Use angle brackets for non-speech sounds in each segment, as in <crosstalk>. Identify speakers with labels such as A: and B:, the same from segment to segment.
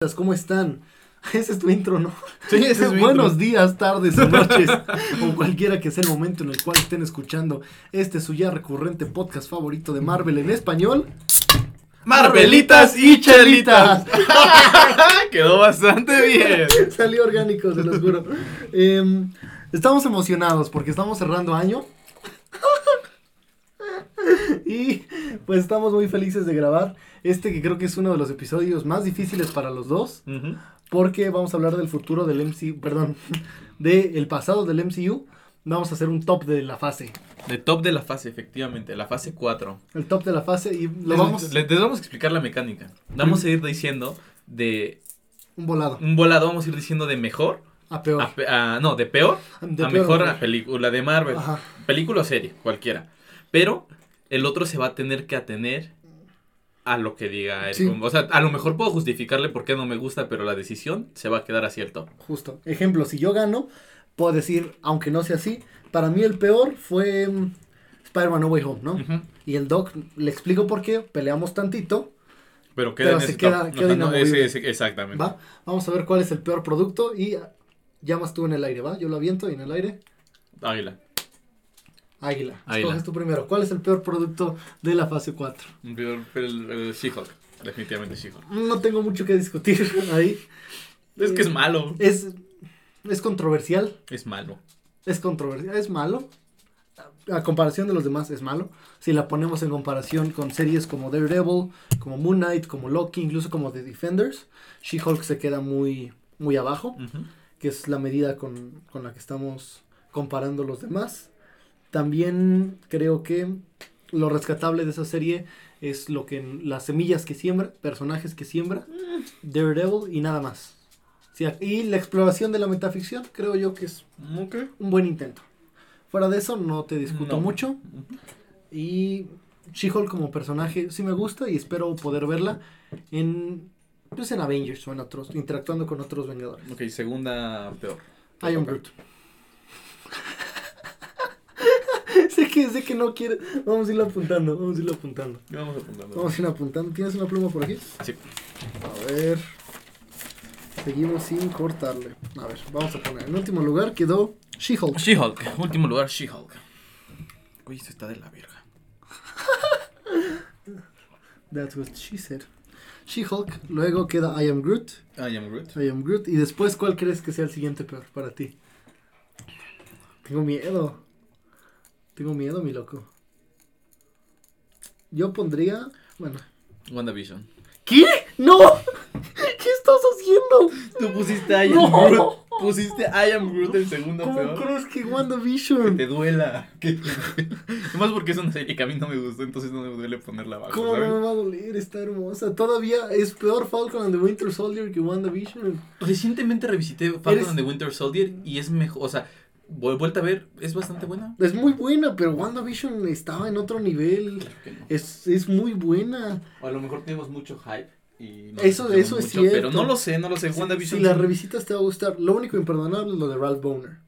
A: idiotas, ¿cómo están? <laughs> Ese es tu intro, ¿no?
B: Sí, ese es mi
A: Buenos
B: intro.
A: días, tardes o noches, <laughs> o cualquiera que sea el momento en el cual estén escuchando este es su ya recurrente podcast favorito de Marvel en español.
B: Marbelitas
A: <laughs>
B: y chelitas.
A: Ah,
B: Quedó bastante bien.
A: Salió orgánico, se los juro. Em, estamos emocionados porque estamos cerrando año. <laughs> Y pues estamos muy felices de grabar este que creo que es uno de los episodios más difíciles para los dos porque vamos a hablar del futuro del MCU, perdón, <laughs> del pasado del MCU. Vamos a hacer un top de la fase,
B: De top de la fase, efectivamente, la fase 4.
A: el top de la fase y lo
B: Les,
A: vamos
B: les- les vamos a explicar la mecánica. Vamos a ir diciendo de
A: un volado
B: un volado, vamos a ir diciendo de mejor
A: a peor.
B: a pe- a- no, de peor
A: De
B: a
A: peor
B: mejor pues.
A: a
B: a película de Marvel.
A: Ajá.
B: Película o serie, cualquiera. Pero el otro se va a tener que atener a lo que diga él.
A: Sí.
B: O sea, a lo mejor puedo justificarle por qué no me gusta, pero la decisión se va a quedar así el top.
A: Justo. Ejemplo, si yo gano, puedo decir, aunque no sea así, para mí el peor fue mm, Spider-Man No Way Home, ¿no?
B: Ujú.
A: Y el Doc, le explico por qué, peleamos tantito,
B: Pero queda
A: Pero
B: en
A: se
B: ese
A: queda-
B: top.
A: queda
B: Ajá, no,
A: inamovible.
B: ese- ese- exactamente.
A: ¿va? Vamos a ver cuál es el peor producto y ah, llamas tú en el aire, ¿va? Yo lo aviento y en el aire,
B: Águila.
A: águila.
B: Águila.
A: Escoges tú primero. ¿Cuál es el peor producto de la fase 4?
B: Un peor- pero El, el She-Hulk. Definitivamente She-Hulk.
A: No tengo mucho que discutir <laughs> ahí.
B: Es
A: Mm.
B: que es malo.
A: Es, es controversial,
B: Es malo.
A: es controversial, es malo. A- A comparación de los demás, es malo. Si la ponemos en comparación con series como Daredevil, como Moon Knight, como Loki, incluso como The Defenders, She-Hulk se queda muy, muy abajo,
B: Ujú.
A: que es la medida con, con la que estamos comparando los demás. También creo que lo rescatable de esa serie es lo que las semillas que siembra, personajes que siembra, Daredevil y nada más. Sí, y la exploración de la metaficción creo yo que es
B: Mm, Ok.
A: un buen intento. Fuera de eso no te discuto
B: No.
A: mucho
B: Ujú.
A: y She-Hulk como personaje sí me gusta y espero poder verla en pues en Avengers o en otros interactuando con otros Vengadores.
B: Ok, segunda peor.
A: I am
B: Ok.
A: Groot. <laughs> sé que sé que no quiere. Vamos a irlo apuntando, vamos a irlo apuntando.
B: Y Vamos apuntando.
A: Vamos a ir apuntando. ¿Tienes una pluma por aquí?
B: Ah, Sí.
A: A ver. Seguimos sin cortarle. A ver, vamos a poner. En último lugar quedó She-Hulk.
B: She-Hulk. Último lugar, She-Hulk. Uy, esto está de la verga.
A: That's what she said. She-Hulk. Luego queda I Am Groot.
B: I am Ah, Groot.
A: I Am Groot. Y después, ¿cuál crees que sea el siguiente peor para ti? Tengo miedo. Tengo miedo, mi loco. Yo pondría. Bueno.
B: WandaVision.
A: ¿Qué? ¡No! ¿Qué estás haciendo?
B: Tú pusiste I
A: am No. Groot.
B: Pusiste I am Groot el segundo
A: ¿Cómo crees que
B: Que
A: WandaVision?
B: te <laughs> duela. Que... Más porque es una serie que a mí no me gustó, entonces no me duele ponerla abajo.
A: ¿Cómo
B: ¿sabes?
A: no me va a doler? Está hermosa. Todavía es peor Falcon and the Winter Soldier que WandaVision.
B: Recientemente revisité Falcon
A: Eres-
B: and the Winter Soldier y es mejor. O sea, vu- vuelta a ver, es bastante buena.
A: Es muy buena, pero WandaVision estaba en otro nivel.
B: Claro que no.
A: Es, es muy buena.
B: O a lo mejor tenemos mucho hype. Y no
A: Eso-
B: disfrutamos
A: eso es
B: Pero
A: cierto.
B: no lo sé, no lo sé. WandaVision.
A: Si la revisitas te va a gustar. Lo único imperdonable es lo de Ralph Boner.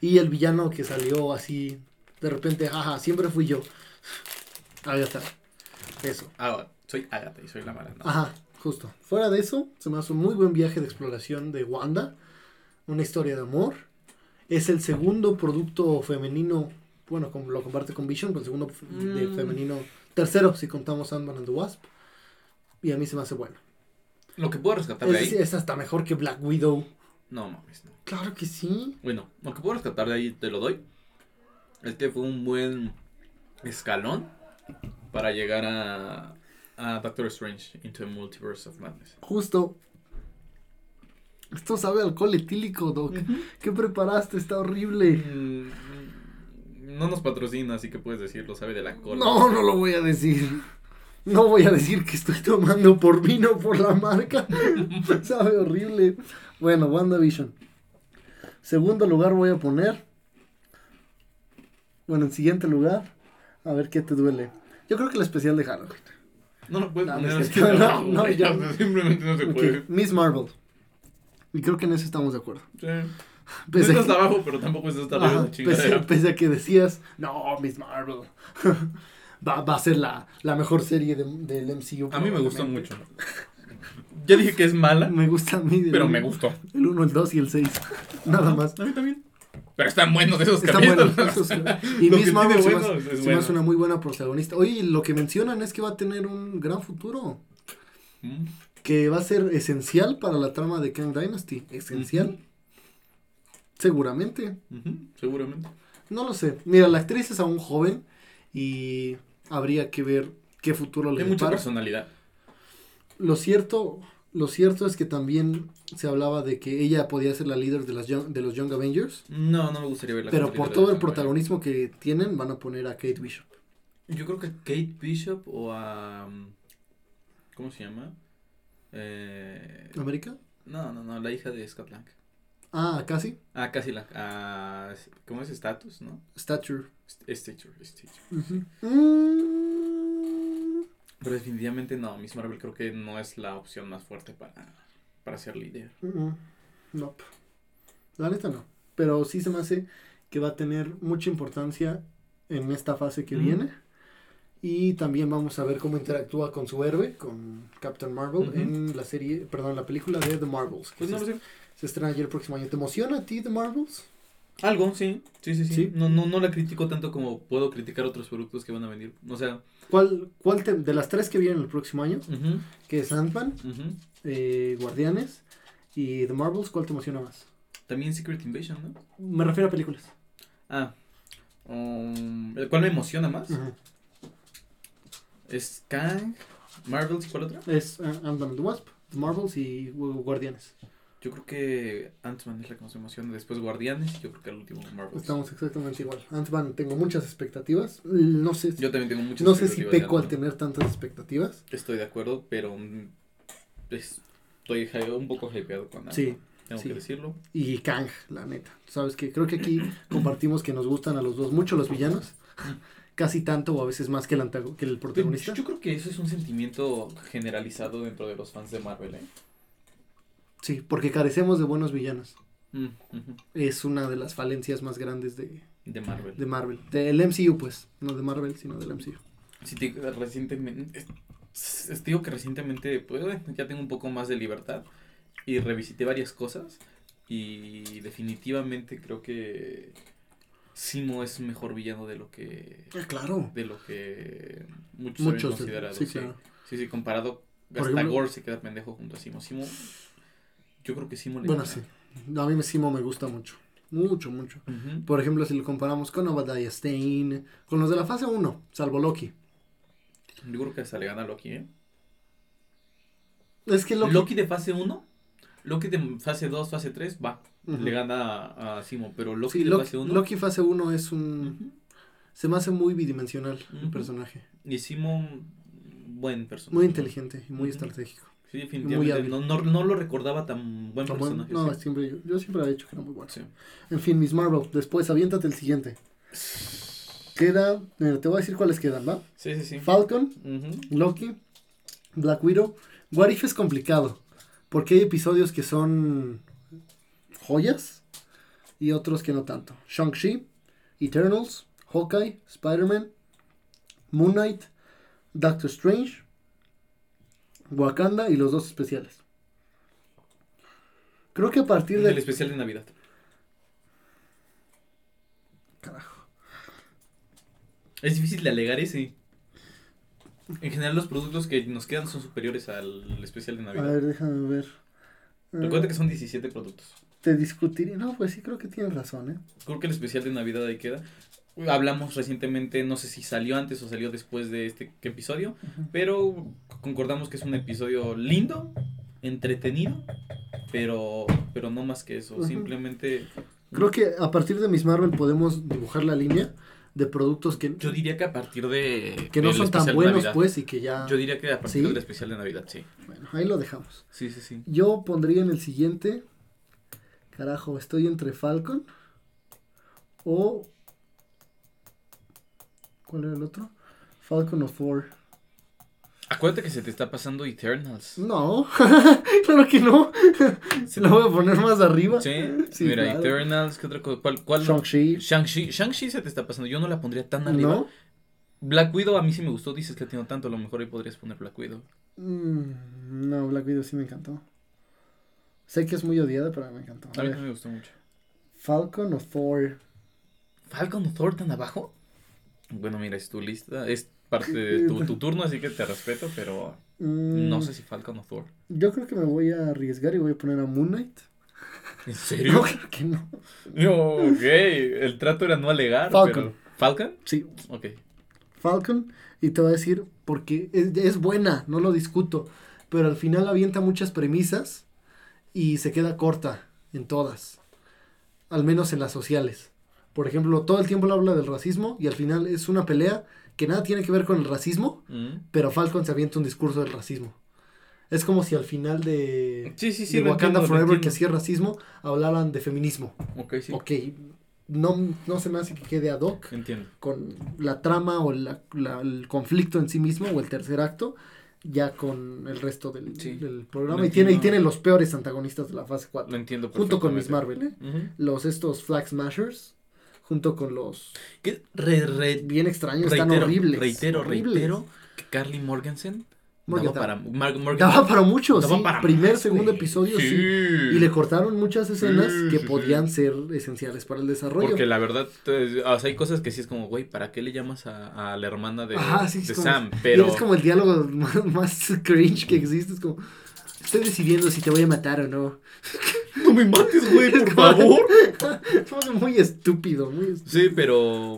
A: Y el villano que salió así de repente, jaja, siempre fui yo. <sighs> Ahí está. Eso.
B: Ah, soy Agatha y soy la mala. ¿no?
A: Ajá, justo. Fuera de eso, se me hace un muy buen viaje de exploración de Wanda. Una historia de amor. Es el segundo producto femenino. Bueno, como lo comparte con Vision, pero el segundo f- de
B: Mm.
A: femenino. Tercero, si contamos Ant-Man and the Wasp. Y a mí se me hace bueno.
B: Lo que puedo rescatar
A: Es
B: de ahí.
A: decir, es hasta mejor que Black Widow.
B: No mames, no.
A: Claro que sí.
B: Bueno, lo que puedo rescatar de ahí, te lo doy. Es que fue un buen escalón para llegar a, a Doctor Strange into the Multiverse of Madness.
A: Justo. Esto sabe a alcohol etílico, Doc. ¿Qué preparaste? Está horrible.
B: Mm, No nos patrocina, así que puedes decirlo, sabe de la cola.
A: No, no lo voy a decir. No voy a decir que estoy tomando por vino por la marca. <laughs> sabe horrible. Bueno, WandaVision. Segundo lugar voy a poner. Bueno, en siguiente lugar. A ver qué te duele. Yo creo que el especial de Halloween.
B: No lo puedes
A: No, pues,
B: poner
A: no es
B: así,
A: cierto.
B: no,
A: No, no,
B: güey,
A: yo-
B: o sea, Simplemente no se
A: Ok,
B: puede.
A: Miss Marvel. Y creo que en eso estamos de acuerdo.
B: Sí. No
A: Pese a Pues
B: estás
A: que-
B: abajo, Pues pero tampoco estás arriba de
A: Ajá, pues
B: la
A: pese,
B: chingadera.
A: pese a que decías, no, Miss Marvel. <laughs> va, va a ser la, la mejor serie de- del MCU.
B: A mí me gustó
A: probablemente".
B: mucho. <laughs> Ya dije que es mala,
A: Me gusta a mí. del
B: pero
A: uno-
B: me gustó.
A: El 1, el 2 y el 6. <laughs> Nada más.
B: A mí también. Pero están buenos esos
A: Está bueno.
B: capítulos.
A: eso es- <laughs> y
B: Lo
A: Miss
B: que tiene
A: Marvel se me
B: bueno
A: hace-
B: es
A: se me
B: bueno.
A: hace una muy buena protagonista. Oye, lo que mencionan es que va a tener un gran futuro.
B: <laughs> Mm.
A: Que va a ser esencial para la trama de Kang Dynasty. Esencial. Seguramente.
B: Ujú, Seguramente.
A: No lo sé. Mira, la actriz es aún joven y habría que ver qué futuro le
B: Tiene mucha
A: depara.
B: personalidad.
A: Lo cierto, lo cierto es que también se hablaba de que ella podía ser la líder de, las Young- de los Young Avengers,
B: No, no me gustaría verla.
A: pero
B: como
A: por
B: líder
A: todo
B: de
A: el protagonismo que tienen van a poner a Kate Bishop.
B: Yo creo que a Kate Bishop o a. um, ¿Cómo se llama? Eh,
A: ¿América?
B: no, no, no, la hija de Scott Lang.
A: Ah, casi.
B: Ah, casi la. ah, ¿Cómo es Status, no?
A: Stature.
B: St- Es Stature, es Stature.
A: Ujú. Mm,
B: Pero definitivamente no, Miss Marvel creo que no es la opción más fuerte para, para ser líder.
A: mm, nope. La neta no. Pero sí se me hace que va a tener mucha importancia en esta fase que
B: Mm.
A: viene. Y también vamos a ver cómo interactúa con su héroe, con Captain Marvel,
B: Ujú.
A: en la serie, perdón, la película de The Marvels. que
B: Pues
A: se
B: no lo sé.
A: Se estrena ayer el próximo año. ¿Te emociona a ti The Marvels?
B: Algo, sí. Sí, sí, sí.
A: Sí.
B: No, no, no la critico tanto como puedo criticar otros productos que van a venir. O sea,
A: ¿Cuál, cuál te- de las tres que vienen el próximo año,
B: ujú,
A: que es Ant-Man,
B: ujú.
A: eh, Guardianes y The Marvels, cuál te emociona más?
B: también Secret Invasion, ¿no?
A: Me refiero a películas.
B: Ah. um, ¿El cual me emociona más? Es Kang, Marvels, ¿cuál otra?
A: Es eh, Ant-Man and the Wasp, The Marvels y eh, Guardianes.
B: Yo creo que Ant-Man es la que más me emociona. Después Guardianes y yo creo que el último Marvels.
A: Estamos exactamente igual. Ant-Man tengo muchas expectativas. No sé,
B: Yo también tengo muchas
A: no sé si
B: expectativas de
A: peco al
B: Ant-Man.
A: tener tantas expectativas.
B: Estoy de acuerdo, pero mm, es- estoy hy- un poco hypeado con Ant-Man.
A: Sí,
B: Tengo
A: sí.
B: que decirlo.
A: y Kang, la neta. Sabes que creo que
B: <clears throat>
A: aquí compartimos que nos gustan a los dos mucho los villanos. Casi tanto o a veces más que el, antago- que el protagonista.
B: Yo creo que eso es un sentimiento generalizado dentro de los fans de Marvel, ¿eh?
A: Sí, porque carecemos de buenos villanos.
B: Mm, ujú.
A: Es una de las falencias más grandes de,
B: De Marvel.
A: de Marvel. Del MCU, pues. No de Marvel, sino del MCU.
B: Sí, te- recientemente. es- es- es- digo que recientemente, pues, eh, ya tengo un poco más de libertad. Y revisité varias cosas. Y definitivamente creo que. Simo es mejor villano de lo que.
A: claro.
B: De lo que muchos, habían
A: Muchos. de-
B: considerado.
A: sí,
B: sí.
A: claro.
B: Sí, sí, comparado.
A: Por
B: Hasta
A: ejemplo-
B: Gore se queda pendejo junto a Simo. Simo. Yo creo que Simo le
A: Bueno,
B: gana.
A: sí. A mí Simo me gusta mucho. Mucho, mucho.
B: Ujú.
A: Por ejemplo, si lo comparamos con Obadiah Stane, con los de la fase 1, salvo Loki.
B: Yo creo que hasta le gana a Loki, ¿eh?
A: Es que
B: Loki,
A: Loki.
B: de fase 1. Loki de fase 2, fase 3, va.
A: Ujú.
B: Le gana a, a Simo. Pero Loki
A: Sí,
B: de
A: Loki-
B: fase 1.
A: Loki fase 1 es un. Se me hace muy bidimensional el
B: Ujú.
A: personaje.
B: Y Simon, buen personaje.
A: Muy inteligente y muy
B: Ujú.
A: estratégico.
B: Sí, definitivamente.
A: hábil.
B: No, no, no lo recordaba tan buen
A: Tan buen-
B: personaje.
A: no,
B: sí.
A: siempre, yo, yo siempre he dicho que era muy bueno.
B: Sí.
A: En fin, Miss Marvel, después aviéntate el siguiente. Queda, mira, te voy a decir cuáles quedan, ¿va?
B: Sí, sí, sí.
A: Falcon,
B: Ujú.
A: Loki, Black Widow. What If es complicado, porque hay episodios que son joyas y otros que no tanto. Shang-Chi, Eternals, Hawkeye, Spider-Man, Moon Knight, Doctor Strange, Wakanda y los dos especiales. Creo que a partir
B: El
A: del
B: especial de Navidad.
A: Carajo.
B: Es difícil de alegar ese. En general, los productos que nos quedan son superiores al especial de
A: A
B: Navidad.
A: ver, déjame ver. Eh,
B: Recuerda que son 17 productos.
A: Te discutiré. No, pues sí, creo que tienes razón, ¿eh?
B: Creo que el especial de Navidad ahí queda. Hablamos recientemente, no sé si salió antes o salió después de este episodio, pero concordamos que es un episodio lindo, entretenido, pero, pero no más que eso.
A: Ujú.
B: Simplemente
A: Creo que a partir de Miss Marvel podemos dibujar la línea de productos que,
B: yo diría que a partir de...
A: que no
B: del
A: son tan
B: especial de
A: buenos,
B: Navidad.
A: pues, y que ya.
B: Yo diría que a partir
A: Sí.
B: del especial de Navidad, sí.
A: Bueno, ahí lo dejamos.
B: Sí, sí, sí.
A: Yo pondría en el siguiente. Carajo, estoy entre Falcon o. ¿Cuál era el otro? Falcon o Thor.
B: Acuérdate que se te está pasando Eternals.
A: No, <laughs> claro que no.
B: Se
A: Mm, Lo voy a poner más arriba.
B: Sí,
A: Sí,
B: mira,
A: claro.
B: Eternals, ¿qué otra cosa? ¿Cuál? cuál?
A: Shang-Chi.
B: Shang-Chi. Shang-Chi se te está pasando. Yo no la pondría tan arriba.
A: ¿No?
B: Black Widow a mí sí me gustó, dices que a ti no tanto, a lo mejor ahí podrías poner Black Widow.
A: Mm, no, Black Widow sí me encantó. Sé que es muy odiada, pero me encantó. A
B: A mí
A: ver,
B: no me gustó mucho.
A: Falcon o Thor.
B: ¿Falcon o Thor tan abajo? Bueno, mira, es tu lista, es
A: <laughs>
B: parte de tu, tu turno, así que te respeto, pero
A: Mm,
B: no sé si Falcon o Thor.
A: Yo creo que me voy a arriesgar y voy a poner a Moon Knight.
B: ¿En
A: No, <laughs>
B: serio?
A: creo que no.
B: ok, el trato era no alegar.
A: Falcon.
B: pero- ¿Falcon?
A: Sí,
B: Ok.
A: Falcon y te voy a decir porque es, es buena, no lo discuto, pero al final avienta muchas premisas y se queda corta en todas, al menos en las sociales. Por ejemplo, todo el tiempo le habla del racismo y al final es una pelea que nada tiene que ver con el racismo,
B: Mm.
A: pero Falcon se avienta un discurso del racismo. Es como si al final de,
B: Sí, sí, sí.
A: de
B: lo
A: Wakanda
B: entiendo, lo
A: Forever, que
B: entiendo.
A: hacía racismo, hablaran de feminismo.
B: Ok, sí.
A: Ok, no, no se me hace que quede ad hoc
B: Entiendo.
A: con la trama o la- la- el conflicto en sí mismo o el tercer acto ya con el resto del,
B: Sí.
A: del programa
B: Lo
A: y tiene y
B: entiendo.
A: tiene los peores antagonistas de la fase 4
B: Lo entiendo
A: junto con Miss
B: mis
A: Marvel ¿eh? los estos Flag Smashers junto con los
B: ¿Qué? Re, re-
A: bien extraños están
B: reitero,
A: horribles
B: reitero,
A: horribles.
B: reitero que Carly Morgensen
A: Morgan
B: daba para, Mar- Morgan-
A: daba para mucho
B: daba
A: sí
B: para
A: primer
B: más,
A: segundo
B: güey.
A: episodio sí.
B: Sí.
A: y le cortaron muchas escenas
B: Mm, Sí,
A: que
B: sí, sí.
A: podían ser esenciales para el desarrollo
B: Porque la verdad, eh, o sea, hay cosas que sí es como, güey, ¿para qué le llamas a, a la hermana de,
A: Ajá, sí, es
B: de
A: como-
B: Sam?
A: <laughs> Y
B: Pero
A: es como el diálogo más, más cringe que existe. Es como, estoy decidiendo si te voy a matar o no.
B: no me mates, güey, por
A: <laughs> Es como-
B: favor.
A: Es como muy estúpido, muy estúpido.
B: Sí, pero.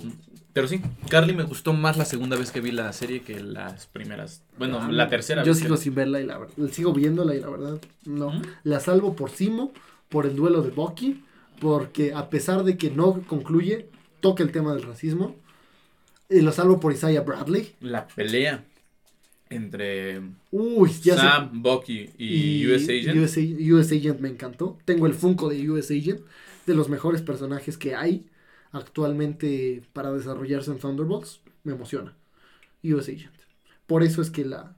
B: Pero sí, Carly me gustó más la segunda vez que vi la serie que las primeras. Bueno,
A: Ah,
B: la tercera
A: Yo
B: vez.
A: sigo
B: que...
A: sin verla y la verdad, sigo viéndola y la verdad, no.
B: ¿Mm?
A: La salvo por Simo, por el duelo de Bucky, porque a pesar de que no concluye, toca el tema del racismo. Y lo salvo por Isaiah Bradley.
B: La pelea entre
A: Uy, ya sé-
B: Sam, Bucky y, US Agent.
A: US, Agent- US Agent me encantó. Tengo el Funko de US Agent, de los mejores personajes que hay actualmente para desarrollarse en Thunderbolts. Me emociona. US Agent. Por eso es que la,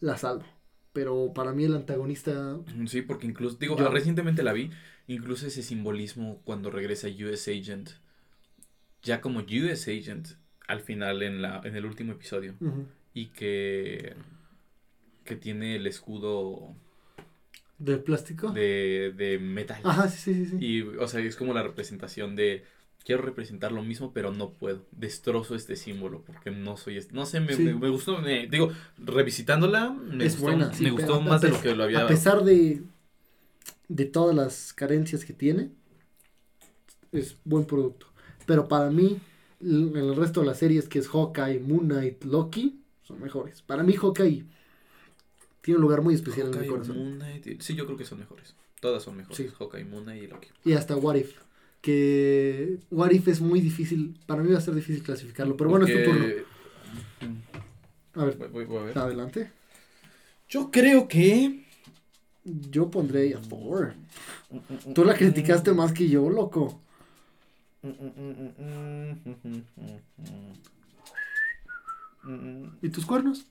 A: la salvo. Pero para mí el antagonista...
B: Sí, porque incluso. Digo,
A: Yo-
B: recientemente la vi. Incluso ese simbolismo cuando regresa US Agent. Ya como US Agent al final en, la, en el último episodio.
A: ujú,
B: Y que. Que tiene el escudo
A: ¿De plástico?
B: de, de metal.
A: Ajá, sí, sí, sí. sí.
B: Y, o sea, es como la representación de. Quiero representar lo mismo, pero no puedo. Destrozo este símbolo porque no soy. este- No sé, me,
A: Sí.
B: me- me gustó. me- digo, revisitándola, me
A: Es
B: gustó,
A: buena,
B: me
A: sí,
B: gustó
A: pero a
B: más de lo
A: pesar-
B: que lo había
A: A pesar de, de todas las carencias que tiene, es buen producto. Pero para mí, l- en el resto de las series que es Hawkeye, Moon Knight, Loki, son mejores. Para mí Hawkeye tiene un lugar muy especial en mi
B: Hawkeye,
A: corazón.
B: Moon Knight, y- Sí, yo creo que son mejores. Todas son mejores.
A: Sí.
B: Hawkeye, Moon Knight y Loki.
A: Y hasta What If. Que What If es muy difícil, para mí va a ser difícil clasificarlo. Pero bueno, es tu turno. Ah.
B: Porque-
A: A ver,
B: Voy- voy- voy a ver.
A: adelante.
B: Yo creo que.
A: Yo pondré a Thor. Tú la criticaste más que yo, loco. ¿Y tus cuernos?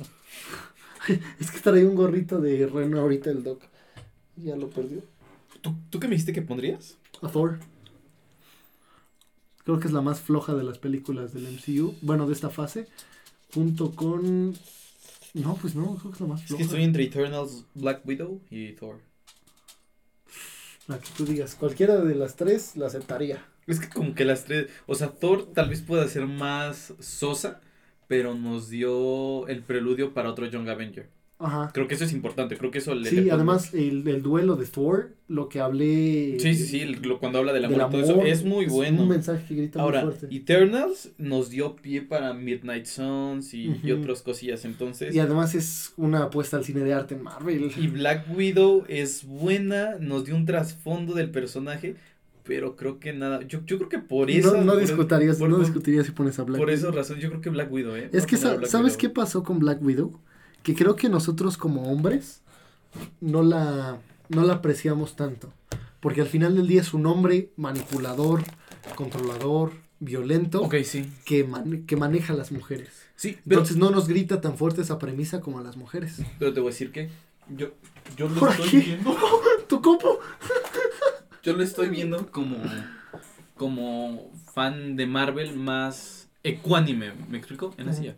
A: <laughs> es que traía un gorrito de reno ahorita el Doc. Ya lo perdió.
B: ¿Tú, ¿Tú qué me dijiste que pondrías?
A: A Thor. Creo que es la más floja de las películas del MCU. Bueno, de esta fase. Junto con. No, pues no, creo que es la más
B: Es
A: floja.
B: que estoy entre Eternals, Black Widow y Thor.
A: La que tú digas. Cualquiera de las tres la aceptaría.
B: Es que como que las tres, o sea, Thor tal vez pueda ser más sosa, pero nos dio el preludio para otro Young Avenger.
A: Ajá.
B: Creo que eso es importante, creo que eso le... le
A: Sí,
B: pone-
A: además el, el duelo de Thor, lo que hablé.
B: Sí, sí, sí, lo- cuando habla del amor,
A: del
B: y todo eso,
A: amor,
B: es muy
A: Un
B: bueno.
A: mensaje que grita
B: Ahora,
A: muy fuerte.
B: Eternals nos dio pie para Midnight Suns y, y
A: Ujú.
B: otras cosillas, entonces...
A: Y además es una apuesta al cine de arte en Marvel.
B: Y Black Widow es buena, nos dio un trasfondo del personaje, pero creo que nada, yo, yo creo que por eso...
A: no, no
B: por-
A: discutarías,
B: por-
A: no
B: por-
A: discutirías si pones a Black
B: Por
A: Widow.
B: esa razón, yo creo que Black Widow, ¿eh? Voy
A: Es
B: a
A: que,
B: poner a
A: sa-
B: Black
A: ¿sabes
B: Widow.
A: qué pasó con Black Widow? Que creo que nosotros como hombres no la, no la apreciamos tanto. Porque al final del día es un hombre manipulador, controlador, violento,
B: Ok, sí.
A: que, man- que maneja a las mujeres.
B: Sí, pero,
A: Entonces no nos grita tan fuerte esa premisa como a las mujeres.
B: pero te voy a decir que yo, yo lo
A: ¿Por
B: estoy
A: qué?
B: viendo. <laughs>
A: ¿Tu copo?
B: Yo lo estoy viendo como, como fan de Marvel más ecuánime, ¿me explico? En la
A: Ujú.
B: silla.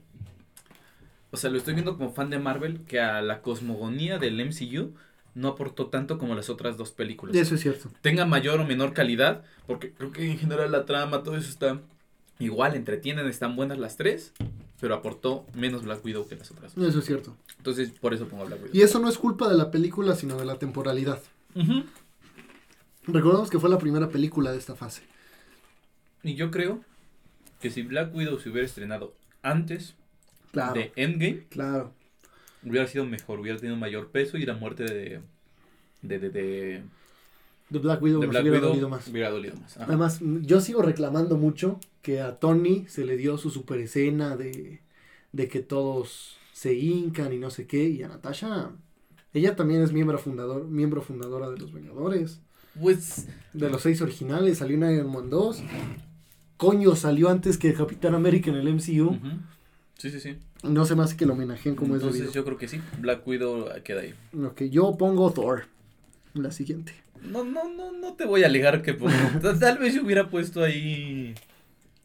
B: o sea, lo estoy viendo como fan de Marvel que a la cosmogonía del MCU no aportó tanto como las otras dos películas.
A: Eso es cierto.
B: Tenga mayor o menor calidad, porque creo que en general la trama, todo eso está igual, entretienen, están buenas las tres, pero aportó menos Black Widow que las otras.
A: Eso es cierto.
B: Entonces, por eso pongo a Black Widow.
A: Y eso no es culpa de la película, sino de la temporalidad.
B: Ujú.
A: Recordemos que fue la primera película de esta fase.
B: Y yo creo que si Black Widow se hubiera estrenado antes
A: Claro.
B: de Endgame,
A: Claro.
B: hubiera sido mejor, hubiera tenido mayor peso y la muerte de... De, de, de,
A: The Black Widow
B: de
A: nos
B: Black
A: hubiera
B: Widow
A: dolido más.
B: hubiera dolido más. Ajá.
A: Además, mm, yo sigo reclamando mucho que a Tony se le dio su super escena de, de que todos se hincan y no sé qué. Y a Natasha, ella también es miembro, fundador, miembro fundadora de los Vengadores.
B: Pues,
A: De los seis originales, salió en Iron Man 2. Coño, salió antes que Capitán América en el MCU.
B: ujú. sí, sí, sí.
A: No sé más que lo homenajeen como es
B: Entonces
A: debido.
B: yo creo que sí, Black Widow queda ahí.
A: Lo que yo pongo Thor. La siguiente.
B: No, no, no, no te voy a alegar que pongo. Tal- Tal vez yo hubiera puesto ahí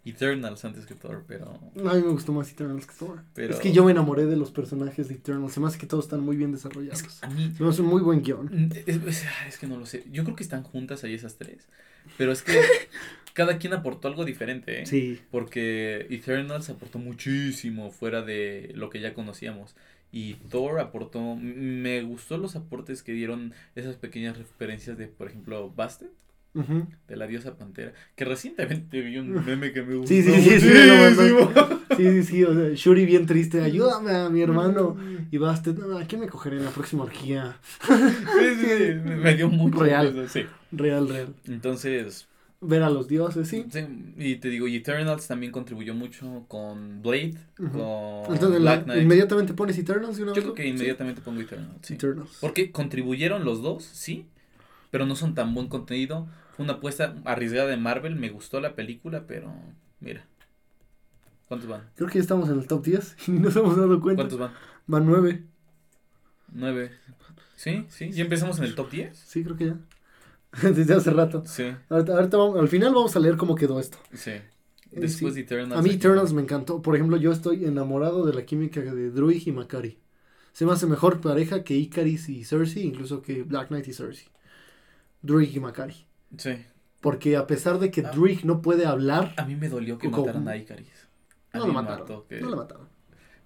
B: Eternals antes que Thor, pero.
A: A mí me gustó más Eternals que Thor.
B: Pero-
A: Es que yo me enamoré de los personajes de Eternals. Se me hace que todos están muy bien desarrollados.
B: A mí.
A: No, es un muy buen guión.
B: Es, es- es que no lo sé. Yo creo que están juntas ahí esas tres. Pero es que cada quien aportó algo diferente, ¿eh?
A: Sí.
B: Porque Eternals aportó muchísimo fuera de lo que ya conocíamos. Y Thor aportó. m- Me gustó los aportes que dieron esas pequeñas referencias de, por ejemplo, Bastet.
A: Ujú.
B: de la diosa pantera. Que recientemente vi un meme que me gustó.
A: Sí, sí, sí, sí, me lo mandó. Sí, sí, sí. O sea, Shuri bien triste. Ayúdame a mi hermano. Y Bastet, no, ¿a quién me cogeré en la próxima orgía?
B: Sí, sí, sí, me me dio mucho.
A: Real.
B: gusto, Sí.
A: Real, real.
B: Entonces,
A: Ver a los dioses, sí.
B: sí, y te digo, y Eternals también contribuyó mucho con Blade, con
A: Entonces, la-
B: Black Knight.
A: inmediatamente pones Eternals y una
B: Yo
A: vez
B: creo
A: lo-
B: que inmediatamente pongo Eternals.
A: Sí.
B: sí.
A: Eternals.
B: Porque contribuyeron los dos, sí, pero no son tan buen contenido. Fue una apuesta arriesgada de Marvel, me gustó la película, pero mira. ¿Cuántos van?
A: Creo que ya estamos en el top 10 <laughs> y no nos hemos dado cuenta.
B: ¿Cuántos van?
A: Van 9.
B: Nueve. ¿Sí? Ah, ¿Sí? ¿Ya empezamos en el top 10?
A: Sí, creo que ya. <laughs> Desde hace rato.
B: Sí,
A: Ahorita, ahorita vamos- al final vamos a leer cómo quedó esto.
B: sí.
A: Eh, sí.
B: Después de Eternals.
A: A mí
B: aquí.
A: Eternals me encantó. Por ejemplo, yo estoy enamorado de la química de Druid y Macari. Se me hace mejor pareja que Icaris y Cersei, incluso que Black Knight y Cersei. Druid y Macari.
B: Sí.
A: Porque a pesar de que
B: Ah.
A: Druid no puede hablar,
B: A mí me dolió que
A: ¿Cómo?
B: mataran a Icaris. A
A: no
B: mí
A: lo
B: me
A: mataron.
B: mató que-
A: No lo mataron.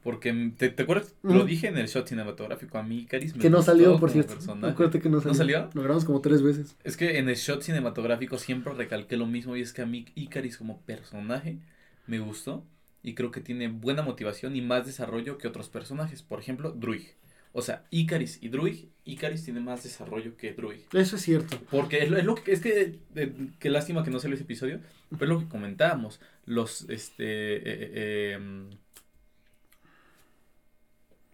B: Porque, ¿te, te acuerdas? Lo
A: Ujú.
B: dije en el shot cinematográfico. A mí Icaris me
A: Que no
B: gustó
A: salió, por
B: como
A: cierto.
B: personaje.
A: Acuérdate que no salió.
B: salió?
A: Lo grabamos como tres veces.
B: Es que en el shot cinematográfico siempre recalqué lo mismo. Y es que a mí Icaris como personaje me gustó. Y creo que tiene buena motivación y más desarrollo que otros personajes. Por ejemplo, Druig. O sea, Icaris y Druig. Icaris tiene más desarrollo que Druig.
A: Eso es cierto.
B: Porque es lo, es lo que, es que, eh, qué lástima que no salió ese episodio, pero es lo que comentábamos, los, este, eh, eh, em,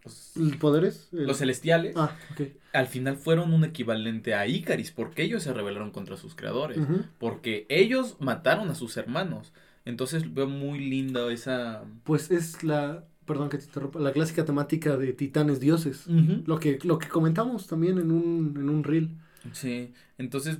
B: los,
A: ¿Poderes? El-
B: los E celestiales,
A: Ah, ok.
B: al final fueron un equivalente a Icaris, porque ellos se rebelaron contra sus creadores,
A: Ujú.
B: porque ellos mataron a sus hermanos, entonces veo muy linda esa...
A: Pues es la, perdón que te interrumpa, la clásica temática de titanes dioses. Lo que, lo que comentamos también en un, en un reel.
B: Sí, entonces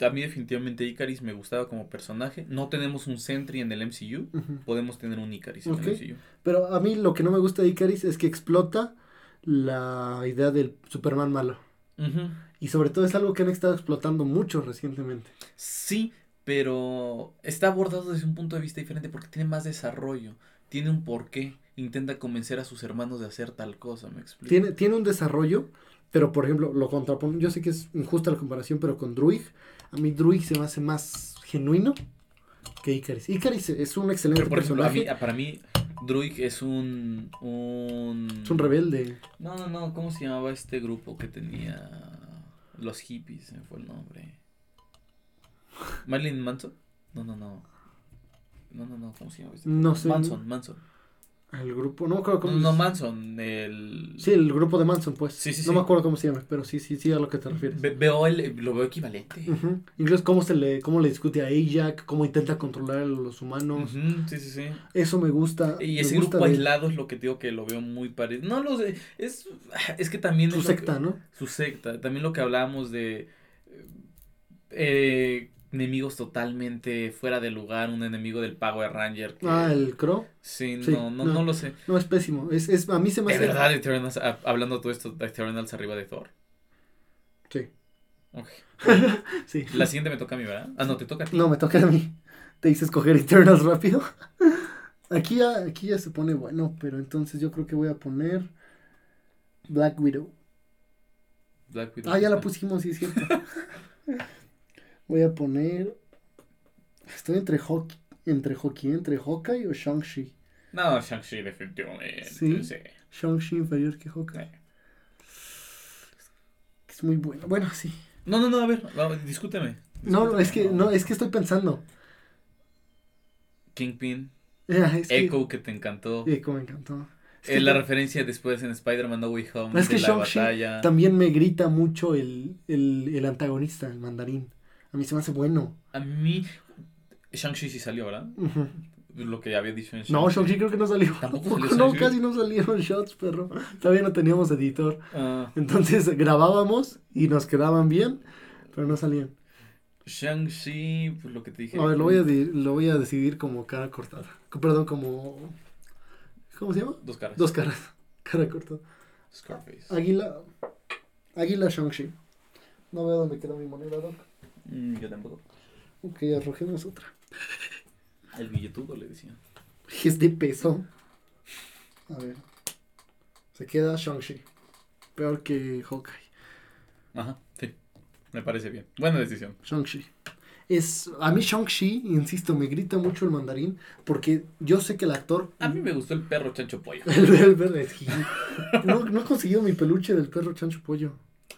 B: a mí definitivamente Icaris me gustaba como personaje, no tenemos un Sentry en el MCU,
A: Ujú.
B: podemos tener un Icaris en
A: Ok.
B: el MCU.
A: Pero a mí lo que no me gusta de Icaris es que explota la idea del Superman malo.
B: Ujú.
A: Y sobre todo es algo que han estado explotando mucho recientemente.
B: Sí, pero está abordado desde un punto de vista diferente porque tiene más desarrollo, tiene un porqué, intenta convencer a sus hermanos de hacer tal cosa, me explico.
A: Tiene, tiene un desarrollo, pero por ejemplo, lo contrapone. Yo sé que es injusta la comparación, pero con Druig, a mí Druig se me hace más genuino que Icaris. Icaris es un excelente
B: Pero por ejemplo, a
A: personaje.
B: mí, a- para mí, Druig es un, un...
A: Es un rebelde.
B: No, no, no, ¿cómo se llamaba este grupo que tenía los hippies? Se me fue el nombre. Marilyn Manson? No, no, no. No, no, no, ¿cómo se llama este?
A: No sé.
B: Manson, Manson.
A: El grupo, no me acuerdo
B: No,
A: cómo
B: no,
A: es.
B: Manson, el...
A: Sí, el grupo de Manson, pues.
B: Sí, sí,
A: no
B: sí.
A: me acuerdo cómo se llama, pero sí, sí, sí, a lo que te refieres.
B: Ve- veo el, lo veo equivalente.
A: Ujú. Incluso cómo se le, cómo le discute a Ajax, cómo intenta controlar a los humanos.
B: Ujú, sí, sí, sí.
A: Eso me gusta.
B: Y
A: Ah, me
B: ese
A: gusta
B: grupo
A: de
B: aislado es lo que te digo que lo veo muy parecido. No lo sé. Es, es que también.
A: Su
B: es lo que-
A: secta, ¿no?
B: su secta. También lo que hablábamos de. eh, enemigos totalmente fuera de lugar, un enemigo del Power Ranger. que-
A: Ah, el Crow.
B: sí,
A: sí,
B: no, no,
A: no.
B: no lo sé.
A: No, es pésimo. Es, es, a mí se me
B: De
A: hace.
B: verdad, Eternals, a- hablando todo esto, Eternals arriba de Thor.
A: Sí.
B: Ok.
A: Sí.
B: La siguiente me toca a mí, ¿verdad? Ah, no, te toca a ti.
A: No, me toca a mí. Te hice escoger Eternals rápido. <laughs> Aquí ya, aquí ya se pone bueno, pero entonces yo creo que voy a poner Black Widow.
B: Black Widow.
A: Ah, ya la pusimos, sí, es cierto. <laughs> voy a poner. Estoy entre Hawk, entre Hawkeye, entre Hawkeye o Shang-Chi.
B: No, Shang-Chi definitivamente.
A: Sí.
B: Sí.
A: Shang-Chi inferior que Hawkeye. que Es muy bueno. Bueno, sí.
B: No, no, no, a ver, va, discúteme.
A: No,
B: Discúteme,
A: es que, no, es que estoy pensando.
B: Kingpin,
A: Eh, es que-
B: Echo, que te encantó.
A: Echo me encantó. Es que
B: Eh, la referencia después en Spider-Man No Way Home
A: Es que
B: de la
A: Shang-Chi
B: batalla.
A: También me grita mucho el, el, el antagonista, el mandarín. A mí se me hace bueno.
B: A mí, Shang-Chi sí salió, ¿verdad?
A: Ujú.
B: Lo que había dicho en
A: No, Shang-Chi creo que no salió.
B: Tampoco salió
A: <laughs> no,
B: Shang-Chi.
A: casi no salieron shots, perro. Todavía no teníamos editor.
B: Ah,
A: Entonces grabábamos y nos quedaban bien, pero no salían.
B: Shang-Chi, pues lo que te dije.
A: A ver, lo voy a, di- lo voy a decidir como cara cortada. Co- Perdón, como... ¿Cómo se llama?
B: Dos caras.
A: Dos caras. <laughs> Cara cortada.
B: Scarface.
A: Águila... Águila Shang-Chi. No veo dónde queda mi moneda, Doc.
B: Mm, yo tampoco.
A: Ok, arrojemos otra. <laughs>
B: El billetudo le decía.
A: Es de peso. A ver. Se queda Shang-Chi. Peor que Hawkeye.
B: Ajá, sí. Me parece bien. Buena decisión.
A: Shang-Chi. Es, a mí Shang-Chi, insisto, me grita mucho el mandarín porque yo sé que el actor...
B: A mí me gustó el perro chancho pollo.
A: El, el verde es gil. no, no he conseguido mi peluche del perro Chancho Pollo.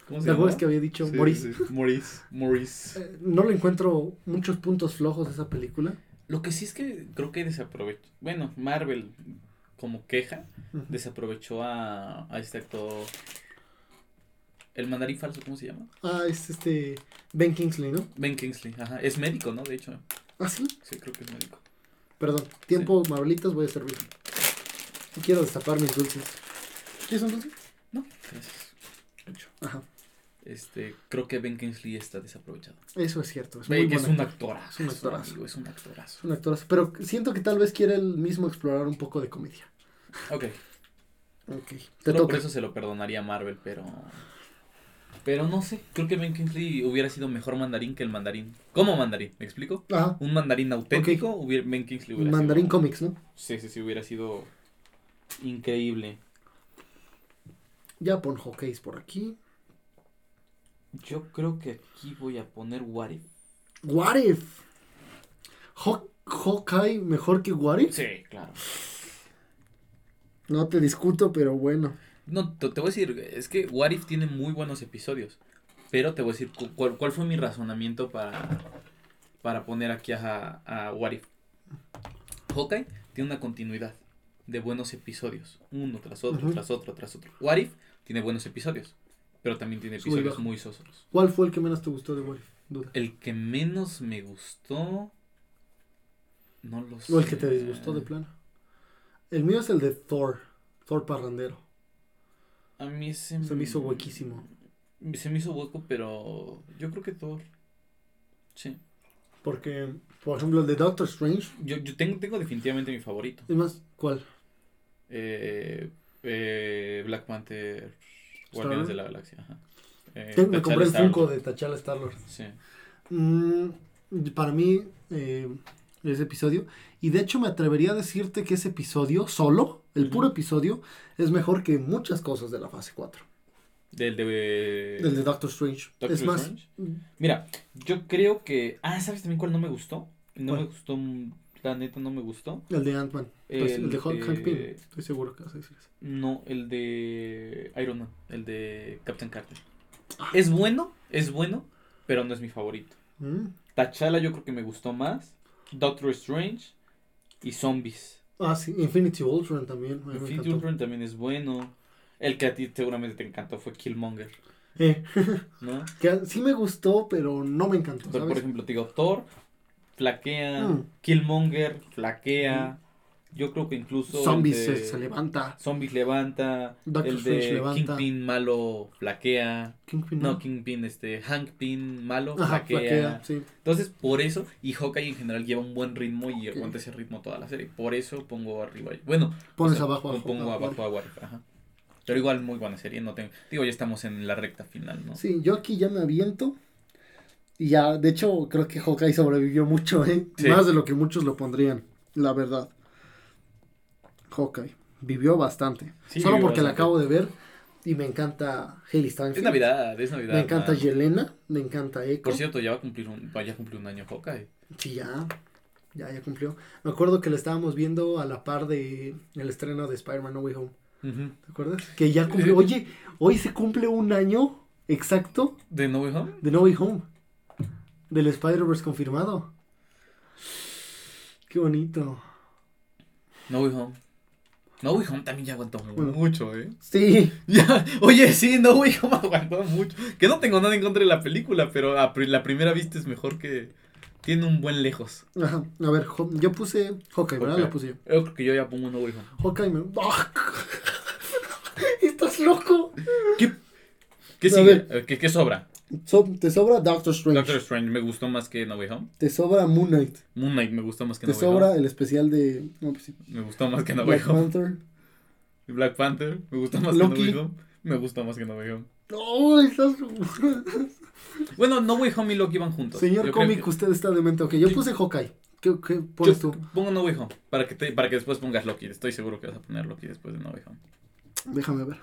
B: ¿Cómo
A: ¿Te acuerdas que había dicho
B: Sí,
A: Boris?
B: sí, sí. Maurice. Maurice.
A: Eh, no le encuentro muchos puntos flojos a esa película.
B: Lo que sí es que creo que desaprovechó. Bueno, Marvel, como queja, desaprovechó a, a este actor. El mandarín falso, ¿cómo se llama?
A: Ah, es este... Ben Kingsley, ¿no?
B: Ben Kingsley. Ajá. Es médico, ¿no? De hecho.
A: Ah, sí.
B: Sí, creo que es médico.
A: Perdón, tiempo, Marvelitas, voy a servir. No quiero destapar mis dulces. ¿Quieres un dulce?
B: No, gracias. Mucho.
A: Ajá.
B: Este, creo que Ben Kingsley está desaprovechado.
A: Eso es cierto. Es muy
B: Ben que
A: buen
B: es un
A: actor.
B: actorazo.
A: Es un actorazo.
B: amigo, Es un
A: Es
B: actorazo.
A: un actorazo. Pero siento que tal vez quiere él mismo explorar un poco de comedia.
B: Ok.
A: Ok. Te
B: Solo por
A: toca.
B: eso se lo perdonaría a Marvel, pero. Pero no sé. Creo que Ben Kingsley hubiera sido mejor mandarín que el mandarín. ¿Cómo mandarín? ¿Me explico?
A: Ajá.
B: Un mandarín auténtico, hubiera, Ben Kingsley hubiera
A: Mandarín
B: sido.
A: Comics, ¿no?
B: Sí, sí, sí, hubiera sido increíble.
A: Ya pon hockeys por aquí.
B: Yo creo que aquí voy a poner What If.
A: What if? Haw- Hawkeye mejor que What if?
B: Sí, claro.
A: No te discuto, pero bueno.
B: No, te, te voy a decir, es que What If tiene muy buenos episodios. Pero te voy a decir cu- cuál, cuál fue mi razonamiento para, para poner aquí a, a What If. Hawkeye tiene una continuidad de buenos episodios. Uno tras otro,
A: Ujú.
B: tras otro, tras otro. What If tiene buenos episodios. Pero también tiene
A: Sube y
B: episodios
A: baja.
B: muy sosos.
A: ¿Cuál fue el que menos te gustó de What if? Duda.
B: El que menos me gustó. No lo sé.
A: O el que te disgustó de plano. El mío es el de Thor. Thor Parrandero.
B: A mí se,
A: Se me hizo huequísimo.
B: Se me hizo hueco, pero yo creo que Thor. Sí.
A: Porque, por ejemplo, el de Doctor Strange.
B: Yo, yo tengo, tengo definitivamente mi favorito.
A: Es más, ¿cuál?
B: Eh, eh, Black Panther, Guardianes de la Galaxia. Ajá. Eh,
A: Ten- me
B: T'Challa
A: compré el
B: Star-Lord.
A: Funko de Tachala Starlord.
B: Sí.
A: Mm, para mí, eh, ese episodio. Y de hecho, me atrevería a decirte que ese episodio, solo, el
B: Ujú.
A: puro episodio, es mejor que muchas cosas de la fase 4.
B: Del de.
A: Del de Doctor Strange.
B: Eh, Doctor
A: es más, mm,
B: Strange. Mira, yo creo que. Ah, ¿sabes también cuál no me gustó? No
A: ¿Cuál?
B: me gustó. mm, La neta no me gustó.
A: el de Ant-Man. Estoy- El,
B: El
A: de Hulk,
B: de-
A: Hank Pym. Estoy seguro que vas a decir eso.
B: No, el de Iron Man, el de Captain Carter.
A: Ah.
B: Es bueno, es bueno, pero no es mi favorito.
A: Mm.
B: Tachala yo creo que me gustó más. Doctor Strange y Zombies.
A: Ah, sí, Infinity Ultron también. a mí me
B: Infinity
A: encantó.
B: Ultron también es bueno. El que a ti seguramente te encantó fue Killmonger,
A: Eh,
B: ¿no?
A: que sí me gustó, pero no me encantó.
B: Pero, por
A: ¿sabes?
B: ejemplo, te digo, Thor flaquea,
A: Mm.
B: Killmonger flaquea, Yo creo que incluso. el
A: Zombies
B: de-
A: se, se levanta.
B: Zombies levanta.
A: Doctor
B: el
A: Strange
B: de
A: levanta.
B: Kingpin malo flaquea.
A: Kingpin,
B: No, Kingpin, este. Hankpin malo
A: Ajá,
B: flaquea.
A: flaquea, sí.
B: Entonces, por eso. Y Hawkeye en general lleva un buen ritmo y
A: Ok.
B: aguanta ese ritmo toda la serie. Por eso pongo arriba. Bueno,
A: Pones
B: o sea,
A: abajo a
B: Pongo
A: Hawkeye.
B: abajo a Warrior, ajá. Pero igual, muy buena serie. No tengo... Digo, ya estamos en la recta final, ¿no?
A: Sí, yo aquí ya me aviento. Y ya, de hecho, creo que Hawkeye sobrevivió mucho, ¿eh?
B: Sí.
A: Más de lo que muchos lo pondrían, la verdad. Hawkeye vivió bastante.
B: Sí,
A: Solo
B: vivió
A: porque la
B: bastante.
A: acabo de ver y me encanta Haley Steinfeld.
B: Es Navidad, es Navidad.
A: Me encanta
B: man.
A: Yelena, me encanta Echo.
B: Por cierto, ya va a cumplir un, va- ya cumplió un año Hawkeye.
A: Sí, ya, ya, ya cumplió. Me acuerdo que la estábamos viendo a la par de el estreno de Spider-Man No Way Home. ¿Te acuerdas? Que ya
B: <laughs>
A: cumplió. Oye, hoy se cumple un año exacto
B: ¿De No Way Home?
A: de No Way Home. Del Spider-Verse confirmado. Qué bonito.
B: No Way Home. No Way Home también ya aguantó
A: Bueno.
B: mucho, ¿eh?
A: Sí,
B: Ya, oye, sí, No <laughs> Way Home aguantó mucho. Que no tengo nada en contra de la película, pero a pri- la primera vista es mejor que... Tiene un buen lejos.
A: ajá. A ver, Ho- yo puse Hawkeye, ¿verdad?
B: Hawkeye.
A: Lo puse yo.
B: Yo creo que yo ya pongo No Way Home.
A: Hawkeye me. ¡Ah! <laughs> ¡Estás loco!
B: ¿Qué
A: A
B: sigue?
A: ver.
B: Eh, ¿Qué, qué sobra?
A: So- te sobra Doctor Strange.
B: Doctor Strange me gustó más que No Way Home.
A: Te sobra Moon Knight.
B: Moon Knight me gustó más que
A: Te
B: No Way Home.
A: sobra el especial de. No, pues sí.
B: Me gustó más que No Way
A: Black
B: Home.
A: Panther.
B: Black Panther, me gustó más
A: Loki.
B: que No Way Home. Me gustó más que No Way Home.
A: No, estás.
B: Bueno, No Way Home y Loki van juntos.
A: Señor
B: Yo creo
A: cómic,
B: que-
A: usted está demente. Ok, yo
B: Sí.
A: puse Hawkeye. ¿Qué, qué pones
B: yo
A: tú?
B: Pongo No Way Home para que, te- para que después pongas Loki. Estoy seguro que vas a poner Loki después de No Way Home.
A: Déjame ver.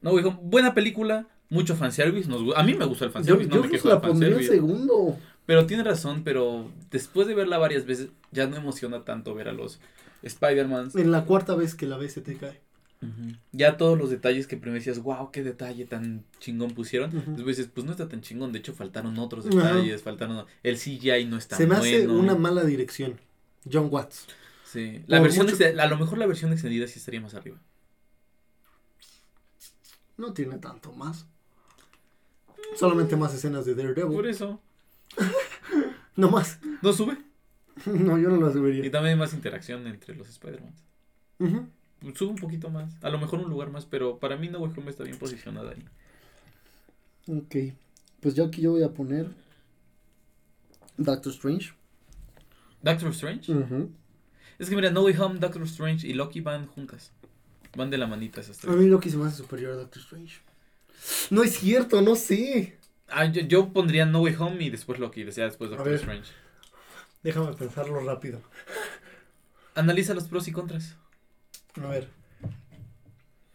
B: No Way Home, buena película, mucho fanservice. Nos, gu- a mí me gustó el
A: Yo,
B: fanservice,
A: yo
B: no me
A: pues
B: quejo
A: la
B: del
A: pondría en
B: fanservice.
A: segundo.
B: Pero tiene razón, pero después de verla varias veces, ya no emociona tanto ver a los Spider-Mans.
A: En la cuarta vez que la ves se te cae.
B: Ujú. Ya todos los detalles que primero decías, wow, qué detalle tan chingón pusieron.
A: Ujú.
B: Después dices, pues no está tan chingón. De hecho, faltaron otros
A: Ajá.
B: detalles, faltaron. El CGI no está
A: se me hace
B: bueno. eh.
A: una mala dirección. John Watts.
B: Sí. La
A: Por
B: versión
A: mucho-
B: ex- A lo mejor la versión extendida sí estaría más arriba.
A: No tiene tanto más. Solamente más escenas de
B: Por
A: Daredevil.
B: eso.
A: No más. <laughs>
B: No sube.
A: No, yo no las
B: Y
A: debería.
B: también hay más interacción entre los Spider-Man.
A: Ujú.
B: Sube un poquito más. A lo mejor un lugar más, pero para mí No Way Home está bien posicionada ahí.
A: Ok. Pues yo aquí yo voy a poner Doctor Strange.
B: Doctor Strange.
A: Ujú.
B: Es que mira, No Way Home, Doctor Strange y Loki van juntas. Van de la manita esas
A: A
B: tres.
A: mí Loki se me hace superior a Doctor Strange. No es cierto, no sé.
B: Ah, yo, yo pondría No Way Home y después Loki. Decía después
A: A
B: Doctor
A: ver.
B: Strange.
A: Déjame pensarlo rápido.
B: Analiza los pros y contras.
A: A ver.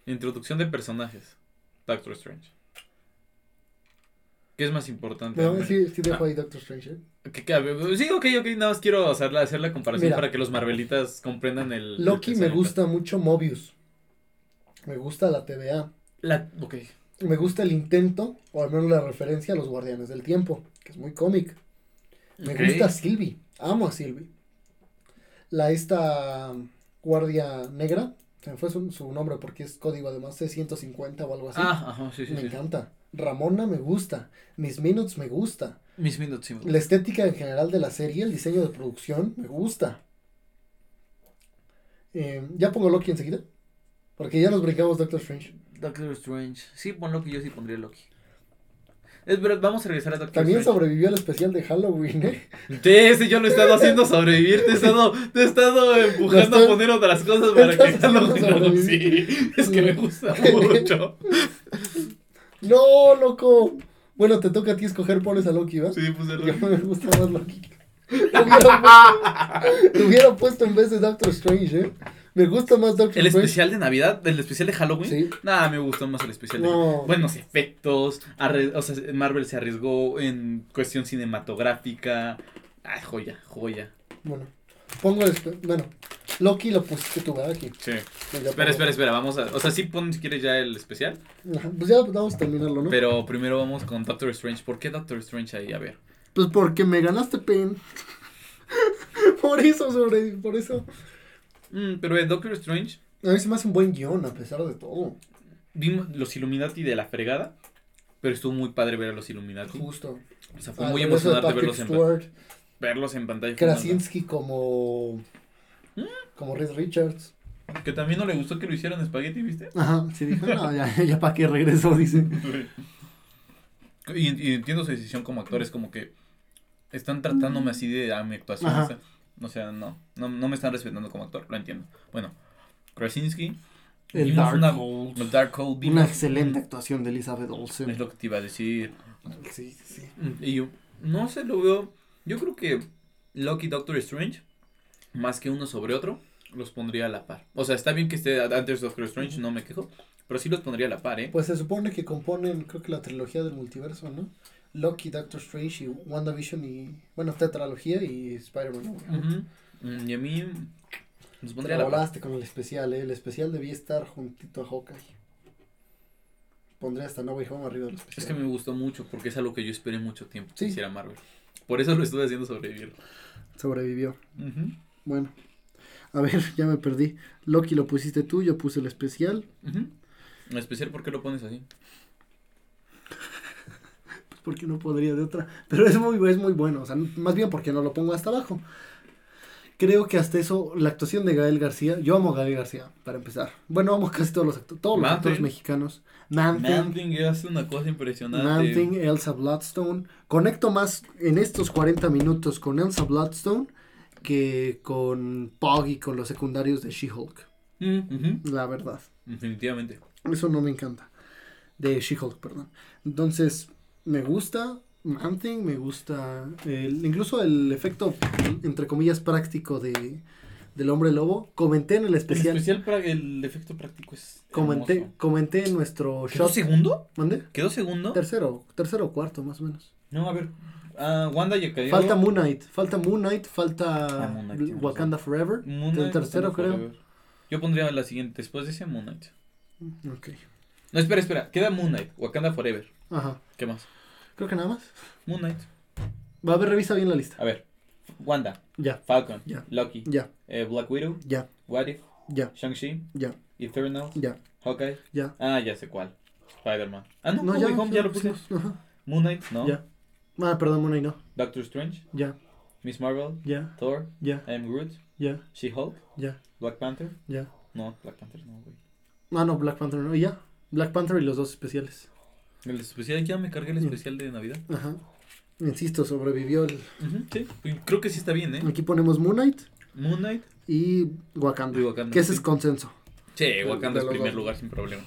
B: Introducción de personajes. Doctor Strange. ¿Qué es más importante?
A: No, sí, sí dejo
B: Ah.
A: ahí Doctor Strange. ¿eh?
B: Que- que- a ver, Sí, ok, ok, nada más quiero hacer la, hacer la comparación
A: Mira.
B: para que los Marvelitas comprendan el... el
A: Loki me
B: pensamiento.
A: gusta mucho Mobius. Me gusta la TVA.
B: La, ok,
A: ¿Ah, Me gusta el intento, o al menos la referencia a los Guardianes del Tiempo, que es muy cómic. Me
B: Ok.
A: gusta Sylvie. Amo a Sylvie. La esta um, guardia negra. Se me fue su, su nombre porque es código además C150 o algo así.
B: Ah, ajá, sí, sí,
A: me
B: sí.
A: encanta. Ramona me gusta. Mis Minutes me gusta.
B: Mis Minutes, sí. me gusta.
A: La estética en general de la serie, el diseño de producción, me gusta. Eh, ya pongo Loki enseguida. Porque ya nos brincamos Doctor Strange.
B: Doctor Strange. Sí, pon Loki, yo sí pondría Loki. Es verdad, vamos a regresar a Doctor
A: También
B: Strange.
A: sobrevivió al especial de Halloween, ¿eh?
B: Sí, sí, yo lo he estado haciendo sobrevivir, te he estado, te he estado empujando
A: Lo estoy-
B: a poner otras cosas para
A: estás
B: que
A: haciendo
B: Halloween- Sí, es que me
A: <laughs>
B: gusta mucho.
A: ¡No, loco! Bueno, te toca a ti escoger, pones a Loki, ¿va?
B: Sí, pues, puse Loki.
A: Yo me gusta más Loki. Te hubiera, puesto, te hubiera puesto en vez de Doctor Strange, ¿eh? Me gusta más Doctor
B: El
A: Strange.
B: especial de Navidad, el especial de Halloween.
A: pues, Sí.
B: Nada, me gustó más el especial de
A: No.
B: Halloween. Buenos efectos. arre- o sea, Marvel se arriesgó en cuestión cinematográfica. Ah, joya, joya.
A: Bueno, pongo el. espe- Bueno, Loki lo pusiste tú, ¿verdad? Aquí.
B: Sí.
A: Pues ya
B: Espera,
A: pongo-
B: espera, espera. Vamos a. O sea, sí pon si quieres ya el especial.
A: Ajá, Pues ya vamos a terminarlo, ¿no?
B: Pero primero vamos con Doctor Strange. ¿Por qué Doctor Strange ahí? A ver.
A: Pues porque me ganaste pen. <laughs> por eso sobreviví, por eso.
B: Mm, pero eh, Doctor Strange,
A: A mí se me hace un buen guión, a pesar de todo.
B: vimos los Illuminati de la fregada. Pero estuvo muy padre ver a los Illuminati.
A: Justo.
B: O sea, fue
A: Al
B: muy
A: regreso Ah, de
B: emocionante
A: Patrick
B: verlos en,
A: Stewart,
B: verlos en pantalla. fue una-
A: Krasinski como.
B: ¿Mm?
A: Como Reed Richards.
B: Que también no le gustó que lo hicieran espagueti, ¿viste?
A: Ajá, sí dijo, no, ya, <laughs> ya para qué regresó, dice.
B: Y, y entiendo su decisión como actores, como que están tratándome así de a mi actuación.
A: Ajá.
B: O sea, o sea, no, no, no me están respetando como actor, lo entiendo. Bueno, Krasinski.
A: El
B: vimos
A: Dark
B: una-
A: Holds.
B: el Dark Hole.
A: Una excelente actuación de Elizabeth Olsen.
B: Es lo que te iba a decir.
A: Sí, sí.
B: Mm, Y yo, no sé, lo veo. Yo creo que Loki Doctor Strange, más que uno sobre otro, los pondría a la par. O sea, está bien que esté antes Doctor Strange, no me quejo. Pero sí los pondría a la par, ¿eh?
A: Pues se supone que componen, creo que la trilogía del multiverso, ¿no? Loki, Doctor Strange y WandaVision y, bueno, tetralogía y Spider-Man. No Way Out.
B: Ujú. Mm, Y a mí. mm, Los
A: Te
B: pondría a
A: la
B: la par.
A: volaste con el especial, ¿eh? El especial debía estar juntito a Hawkeye. Pondría hasta No Way Home arriba del especial.
B: Es que me gustó mucho porque es algo que yo esperé mucho tiempo que
A: Sí.
B: hiciera Marvel. Por eso lo estuve haciendo sobrevivir.
A: Sobrevivió.
B: Ujú.
A: Bueno. A ver, <laughs> ya me perdí. Loki lo pusiste tú, yo puse el especial.
B: Ujú. En especial, ¿por qué lo pones así?
A: Pues porque no podría de otra. <laughs> Pero es muy, es muy bueno. O sea, más bien porque no lo pongo hasta abajo. Creo que hasta eso, la actuación de Gael García. Yo amo a Gael García, para empezar. Bueno, amo casi todos los, acto- todos los
B: Manthing.
A: actores mexicanos. Manthing,
B: Manting hace una cosa impresionante.
A: Manthing, Elsa Bloodstone. Conecto más en estos 40 minutos con Elsa Bloodstone que con Pog y con los secundarios de She-Hulk.
B: Mm, ujú.
A: La verdad.
B: Definitivamente.
A: Eso no me encanta. De She-Hulk, perdón. Entonces, me gusta Manting, me gusta el- incluso el efecto, entre comillas, práctico de, del hombre lobo. Comenté en el especial.
B: En especial para el efecto práctico es.
A: Comenté,
B: hermoso.
A: comenté en nuestro
B: ¿Quedó
A: shot.
B: segundo?
A: ¿Mande?
B: ¿Quedó segundo?
A: Tercero, tercero o cuarto, más o menos.
B: No, a ver. Ah, Wanda ya cayó.
A: Falta Moon Knight, falta Moon Knight, falta
B: Ah, Moon Knight, tienes
A: Wakanda Forever.
B: Moon Knight,
A: tercero,
B: Wakanda
A: creo.
B: Forever. Yo pondría la siguiente, después de ese Moon Knight.
A: Ok.
B: No, espera, espera. Queda Moon Knight, Wakanda Forever.
A: Ajá.
B: ¿Qué más?
A: Creo que nada más.
B: Moon Knight.
A: Va a ver, revisa bien la lista.
B: A ver. Wanda,
A: Ya,
B: Falcon,
A: Ya.
B: Loki,
A: ya,
B: eh, Black Widow,
A: ya,
B: What If,
A: ya,
B: Shang-Chi,
A: ya,
B: Eternal,
A: ya,
B: Hawkeye.
A: ya.
B: Ah, ya sé cuál. Spider-Man. Ah, no,
A: No,
B: No
A: ya,
B: Way Home ya lo puse.
A: pusimos, ajá,
B: Moon Knight, no.
A: Ya. Ah, perdón, Moon Knight no.
B: Doctor Strange,
A: Ya,
B: Miss Marvel,
A: ya,
B: Thor,
A: ya,
B: I Am Groot,
A: ya,
B: She-Hulk,
A: ya,
B: Black Panther.
A: ya.
B: No, Black Panther no, güey.
A: Ah, no, Black Panther no, ya. Black Panther y los dos especiales.
B: El especial, ya me
A: Mm.
B: cargué el especial de Navidad.
A: Ajá. Insisto, sobrevivió el...
B: Ujú, sí, pues, creo que sí está bien, ¿eh?
A: Aquí ponemos Moon Knight
B: Moon Knight.
A: y Wakanda.
B: Y Wakanda,
A: que ese
B: sí.
A: es consenso.
B: Sí, Wakanda
A: de
B: es
A: los
B: primer
A: dos.
B: lugar sin problema.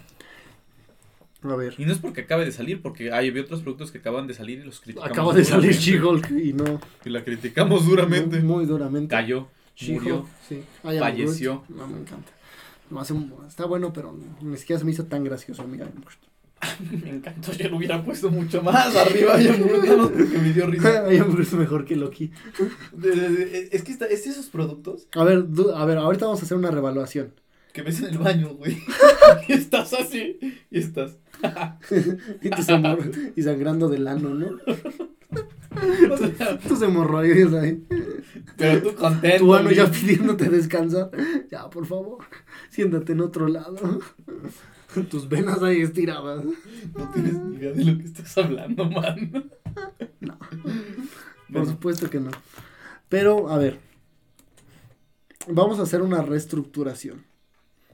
A: A ver.
B: Y no es porque acabe de salir, porque hay había otros productos que acaban de salir y los criticamos.
A: Acaba de salir Mm.
B: duramente.
A: She-Hulk y no...
B: Y la criticamos duramente.
A: Muy, muy duramente.
B: Cayó, murió.
A: She-Hulk, sí. I am
B: falleció.
A: Groot. No, me encanta. No, hace- está bueno, pero ni siquiera se me hizo tan gracioso a mí. I am Groot.
B: Me encantó, yo lo hubiera puesto mucho más arriba. Yo no, porque me dio
A: <laughs>
B: risa.
A: I am Groot mejor que Loki.
B: De- de- de- eh, Es que está, es de esos productos
A: A ver, du- a ver, ahorita vamos a hacer una revaluación.
B: que ves en el baño, güey. <laughs> Y estás así. Y estás.
A: Y, tus
B: <laughs>
A: hemorro- y sangrando del ano, ¿no?
B: O sea,
A: Tus hemorroides ahí.
B: pero tú contento.
A: Tu ano
B: güey.
A: ya pidiéndote descansar. Ya, por favor, siéntate en otro lado. <laughs> Tus venas ahí estiradas.
B: No tienes ni idea de lo que estás hablando, man. No. <laughs>
A: Por supuesto que no. Pero, a ver. Vamos a hacer una reestructuración.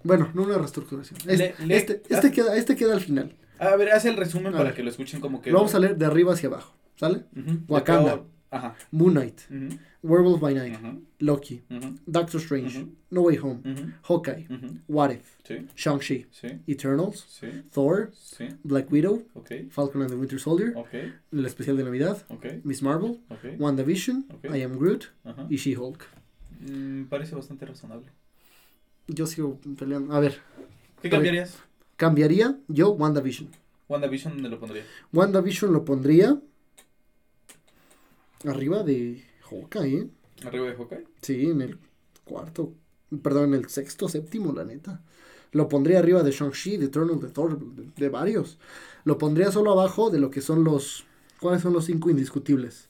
A: Bueno, no una reestructuración. Este,
B: Le- ah. le-
A: este, este queda, este queda al final.
B: a ver, haz el resumen
A: A
B: para
A: ver.
B: que lo escuchen como que.
A: Lo vamos a leer de arriba hacia abajo. ¿Sale?
B: Ujú. De
A: Wakanda.
B: todo- Ajá.
A: Moon Knight,
B: Ujú,
A: Werewolf by Night,
B: ujú,
A: Loki,
B: ujú,
A: Doctor Strange,
B: Ujú.
A: No Way Home,
B: ujú,
A: Hawkeye,
B: ujú.
A: What If,
B: Sí,
A: Shang-Chi,
B: sí,
A: Eternals,
B: sí,
A: Thor,
B: sí.
A: Black Widow,
B: Ok,
A: Falcon and the Winter Soldier,
B: ok,
A: el especial de Navidad,
B: ok,
A: Miss Marvel,
B: ok.
A: WandaVision,
B: Ok.
A: I Am Groot
B: Ajá.
A: y She-Hulk.
B: Mm, parece bastante razonable.
A: Yo sigo peleando. A ver,
B: ¿Qué cambiarías?
A: cambiaría yo WandaVision.
B: WandaVision, ¿dónde lo pondría?
A: WandaVision lo pondría arriba de Hawkeye, ¿eh?
B: ¿Arriba de Hawkeye?
A: Sí, en el cuarto, perdón, en el sexto, séptimo, la neta. Lo pondría arriba de Shang-Chi, de Eternal, de Thor, de, de varios. Lo pondría solo abajo de lo que son los... ¿Cuáles son los cinco indiscutibles?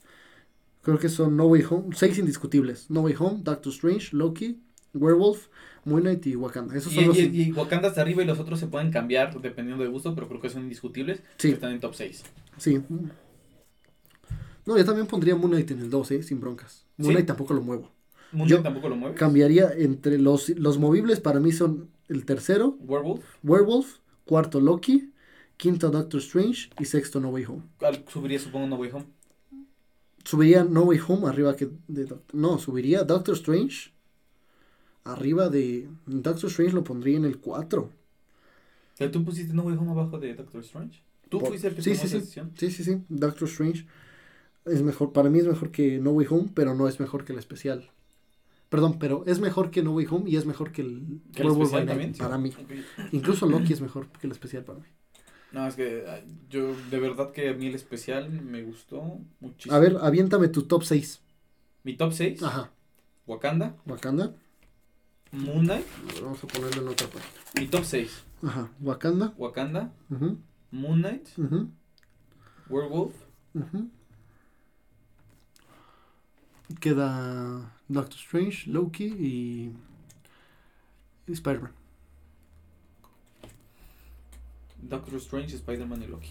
A: Creo que son No Way Home, seis indiscutibles. No Way Home, Doctor Strange, Loki, Werewolf, Moon Knight y Wakanda. Esos
B: Y,
A: son los...
B: y- y Wakanda está arriba y los otros se pueden cambiar dependiendo de gusto, pero creo que son indiscutibles. que
A: sí,
B: Están en top 6.
A: sí. No, yo también pondría Moon Knight en el 2, ¿eh? Sin broncas. Moon
B: ¿Sí?
A: Knight tampoco lo muevo.
B: Mundo tampoco lo mueve.
A: Cambiaría entre los, los movibles, para mí son el tercero,
B: Werewolf,
A: Werewolf, cuarto Loki, quinto Doctor Strange y sexto No Way Home.
B: al- subiría supongo No Way Home.
A: Subiría No Way Home arriba que de Doc- No, subiría Doctor Strange arriba de... Doctor Strange lo pondría en el 4.
B: Pero tú pusiste No Way Home abajo de Doctor Strange. Tú
A: Por-
B: fuiste el que
A: sí,
B: tomó
A: sí,
B: esa
A: sí.
B: decisión.
A: Sí, sí, sí. Doctor Strange es mejor, para mí es mejor que No Way Home, pero no es mejor que el especial. Perdón, pero es mejor que No Way Home y es mejor que el,
B: Que el
A: Werewolf by Night
B: especial también. sí.
A: para mí.
B: Ok.
A: Incluso Loki es mejor que el especial para mí.
B: No, es que ah, yo de verdad que a mí el especial me gustó muchísimo.
A: A ver, aviéntame tu top 6.
B: Mi top 6,
A: Ajá.
B: Wakanda,
A: Wakanda.
B: Moon Knight.
A: Vamos a ponerlo en otra página.
B: Mi top 6,
A: Ajá. Wakanda.
B: Wakanda,
A: Ujú,
B: Moon Knight,
A: ujú,
B: Werewolf,
A: ujú. Queda Doctor Strange, Loki y y Spider-Man.
B: Doctor Strange, Spider-Man y Loki.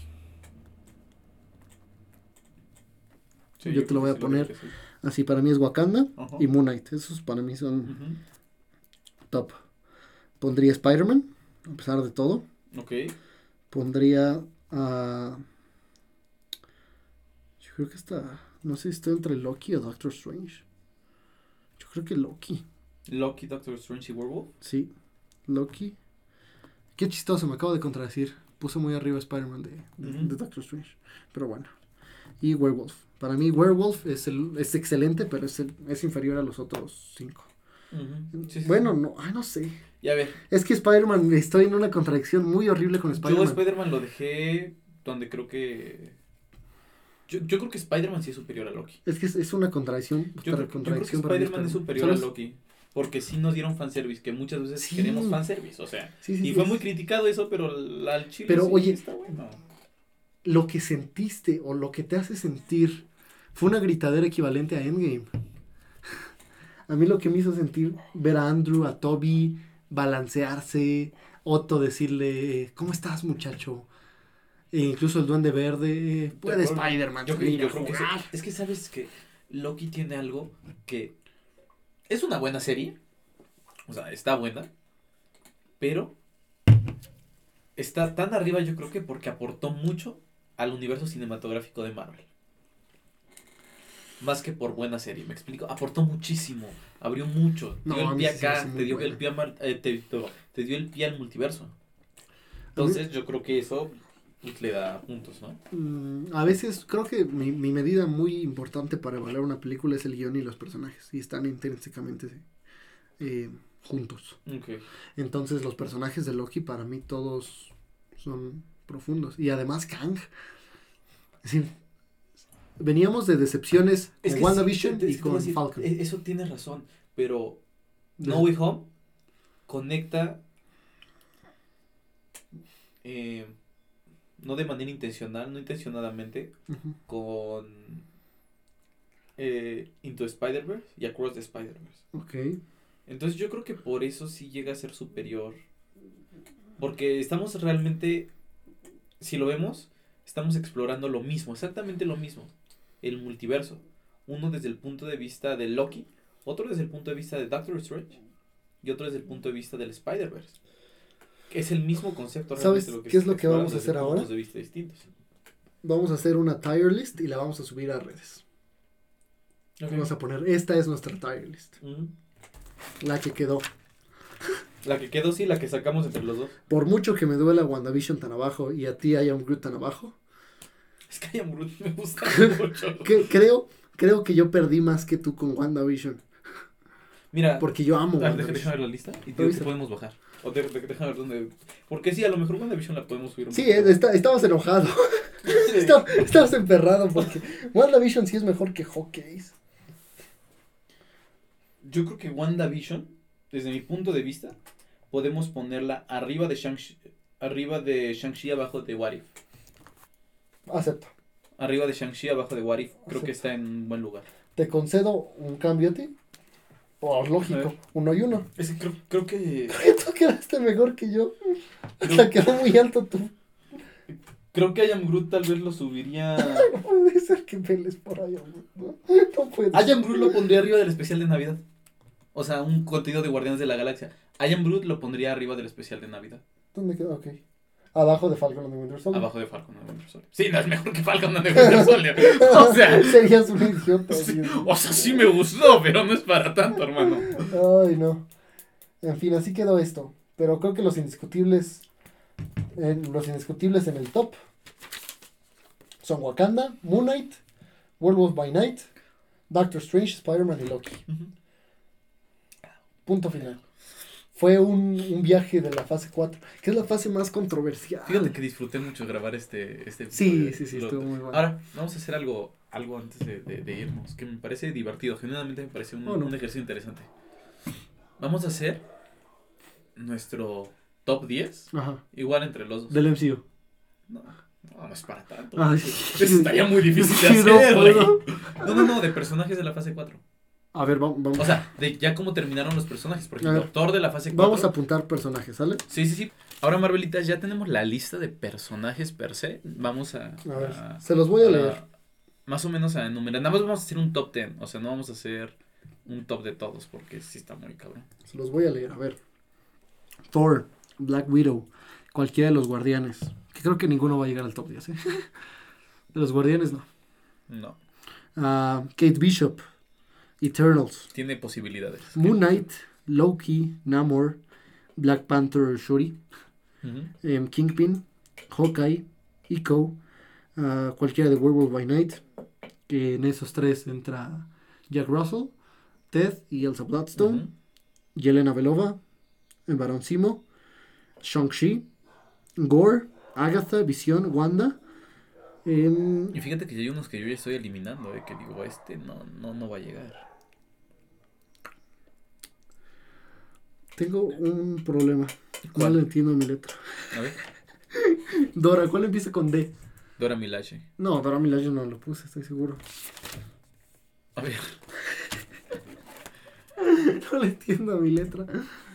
A: Yo te lo
B: creo
A: voy a
B: que sí
A: poner.
B: debería ser.
A: Así Ah, para mí es Wakanda
B: Ajá.
A: y Moon Knight. Esos para mí son
B: Ujú.
A: top. Pondría Spider-Man, a pesar de todo.
B: Ok.
A: Pondría a... Yo creo que está... No sé si está entre Loki o Doctor Strange. Yo creo que Loki.
B: Loki, Doctor Strange y Werewolf.
A: Sí, Loki. Qué chistoso, me acabo de contradecir. Puse muy arriba Spider-Man de, de-
B: Ujú.
A: de Doctor Strange. Pero bueno. Y Werewolf. Para mí, Werewolf es, el, es excelente, pero es, el- es inferior a los otros cinco.
B: Ujú. Sí, sí,
A: Bueno, no, ay, no sé.
B: sí. Y a ver,
A: Es que Spider-Man, estoy en una contradicción muy horrible con
B: Yo
A: Spider-Man.
B: Spider-Man lo dejé donde creo que. Yo, yo creo que Spider-Man sí es superior a Loki.
A: es que es, es una contradicción.
B: Yo, creo- yo creo que
A: contradicción para mí,
B: Spider-Man es superior
A: ¿Sabes?
B: a Loki. Porque sí nos dieron fanservice, que muchas veces
A: Sí.
B: queremos fanservice, o sea.
A: Sí, sí,
B: y
A: sí,
B: fue
A: es-
B: muy criticado eso, pero la- al chile
A: Pero,
B: sí
A: oye,
B: está bueno.
A: Lo que sentiste o lo que te hace sentir fue una gritadera equivalente a Endgame. <laughs> A mí lo que me hizo sentir ver a Andrew, a Toby balancearse, Otto decirle, ¿cómo estás muchacho? E incluso el duende verde, puede
B: acuerdo.
A: Spider-Man
B: Yo, creo-
A: salir
B: yo
A: a
B: creo que sí.
A: jugar".
B: Es que sabes que Loki tiene algo que es una buena serie. O sea, está buena. Pero está tan arriba yo creo que porque aportó mucho al universo cinematográfico de Marvel. Más que por buena serie, ¿me explico? Aportó muchísimo, abrió mucho,
A: No,
B: dio
A: a
B: el
A: mí
B: pie
A: sí se me
B: acá,
A: hace
B: te
A: muy
B: dio,
A: buena.
B: el pie a Mar- eh, te, te dio el pie al multiverso. Entonces yo creo que eso pues, le da puntos, ¿no?
A: Mm, a veces creo que mi, mi medida muy importante para evaluar una película es el guión y los personajes, y están intrínsecamente eh, juntos.
B: Ok.
A: Entonces los personajes de Loki para mí todos son profundos. Y además Kang. Es decir, veníamos de decepciones
B: Es
A: con
B: que sí,
A: WandaVision
B: te- te-
A: y
B: te iba a
A: con
B: decir,
A: Falcon.
B: e- Eso tienes razón, pero No
A: Ujú.
B: Way Home conecta eh, no de manera intencional, no intencionadamente,
A: Ujú.
B: con eh, Into Spider-Verse y Across the Spider-Verse.
A: Ok.
B: Entonces yo creo que por eso sí llega a ser superior. Porque estamos realmente, si lo vemos, estamos explorando lo mismo, exactamente lo mismo. El multiverso. Uno desde el punto de vista de Loki, otro desde el punto de vista de Doctor Strange y otro desde el punto de vista del Spider-Verse. Que Es el mismo concepto.
A: ¿Sabes
B: realmente
A: qué es
B: se
A: lo que vamos a
B: explora desde
A: hacer ahora?
B: puntos de vista distintos.
A: Vamos a hacer una tier list y la vamos a subir a redes. Vamos a poner, esta es nuestra tier list.
B: Ujú.
A: La que quedó.
B: La que quedó, sí, la que sacamos entre los dos.
A: Por mucho que me duela WandaVision tan abajo y a ti I Am Groot tan abajo,
B: Es que I Am Groot me gusta <laughs> mucho.
A: que, creo, creo que yo perdí más que tú con WandaVision.
B: Mira,
A: Porque yo amo
B: Ah, deja- déjame
A: WandaVision.
B: ver la lista y
A: ¿Lo
B: digo que
A: viste?
B: podemos bajar. O de- de- déjame ver dónde. Porque sí, a lo mejor WandaVision la podemos subir. un
A: Sí, eh,
B: poquito.
A: está- estabas enojado.
B: Sí.
A: Está- Estabas emperrado porque WandaVision sí es mejor que Hawkeyes.
B: <laughs> Yo creo que WandaVision, desde mi punto de vista, podemos ponerla arriba de Shang-Chi, arriba de Shang-Chi abajo de What If.
A: Acepto.
B: Arriba de Shang-Chi abajo de What If. Creo que
A: Acepto.
B: está en un buen lugar.
A: Te concedo un cambio a ti. Por
B: A
A: lógico,
B: ver.
A: uno y uno. <laughs>
B: Es que creo, creo que.
A: Tú quedaste mejor que yo. Hasta quedó muy alto tú.
B: Creo que I Am Groot tal vez lo <laughs> subiría.
A: No puede ser que peles por allá. No, no puede.
B: I Am Groot lo pondría arriba del especial de Navidad. O sea, un contenido de Guardianes de la Galaxia. I Am Groot lo pondría arriba del especial de Navidad.
A: ¿Dónde queda? Ok. Abajo de Falcon and the Winter Soldier.
B: Abajo de Falcon and the Winter Soldier. Sí, no es mejor que Falcon and the Winter Soldier. O sea,
A: <laughs> Serías un idiota.
B: sí,
A: Dios mío.
B: o sea, sí me gustó, pero no es para tanto, hermano.
A: Ay, no. En fin, así quedó esto. Pero creo que los indiscutibles. en- los indiscutibles en el top son Wakanda, Moon Knight, Werewolf by Night, Doctor Strange, Spider-Man y Loki.
B: Ujú.
A: Punto final. Fue un, un viaje de la fase 4, que es la fase más controversial.
B: Fíjate que disfruté mucho grabar este, este
A: Sí,
B: episodio.
A: sí, sí,
B: Lo-
A: estuvo muy bueno.
B: Ahora, vamos a hacer algo, algo antes de, de- de irnos, que me parece divertido, genuinamente me parece un,
A: Oh, no.
B: un ejercicio interesante. Vamos a hacer nuestro top 10,
A: Ajá.
B: igual entre los dos.
A: Del MCU.
B: No, no, no es para tanto.
A: Ay.
B: Eso estaría muy difícil de
A: <laughs> Sí, no
B: hacer, güey.
A: puedo.
B: No, no, no, de personajes de la fase 4.
A: A ver, va- vamos,
B: O sea, de ya cómo terminaron los personajes, porque
A: A
B: el
A: ver.
B: doctor de la fase 4...
A: vamos a apuntar personajes, ¿sale?
B: Sí, sí, sí. Ahora, Marvelitas, ya tenemos la lista de personajes per se. Vamos a...
A: A ver,
B: a-
A: se los voy a
B: a-
A: leer.
B: Más o menos a enumerar. Nada más vamos a hacer un top 10. O sea, no vamos a hacer un top de todos porque sí está muy cabrón.
A: Se los voy a leer, a ver. Thor, Black Widow, cualquiera de los guardianes. Que creo que ninguno va a llegar al top 10, ¿eh? <laughs> De los guardianes no.
B: No,
A: Ah, Kate Bishop, Eternals,
B: tiene posibilidades.
A: Moon Knight, Loki, Namor, Black Panther, Shuri,
B: Ujú.
A: em, Kingpin, Hawkeye, Echo, ah, cualquiera de Werewolf by Night. Que en esos tres entra Jack Russell, Ted y Elsa Bloodstone.
B: Ujú.
A: Yelena Belova, el Barón Simo, Shang-Chi, Gore, Agatha, Visión, Wanda. em,
B: Y fíjate que ya hay unos que yo ya estoy eliminando, eh, que digo, este no, no, no va a llegar.
A: tengo un problema. No
B: ¿Cuál?
A: le entiendo mi letra.
B: A ver,
A: Dora, ¿cuál empieza con D?
B: Dora Milaje.
A: No, Dora Milaje no lo puse, estoy seguro. <laughs>
B: A ver.
A: No le entiendo a mi letra.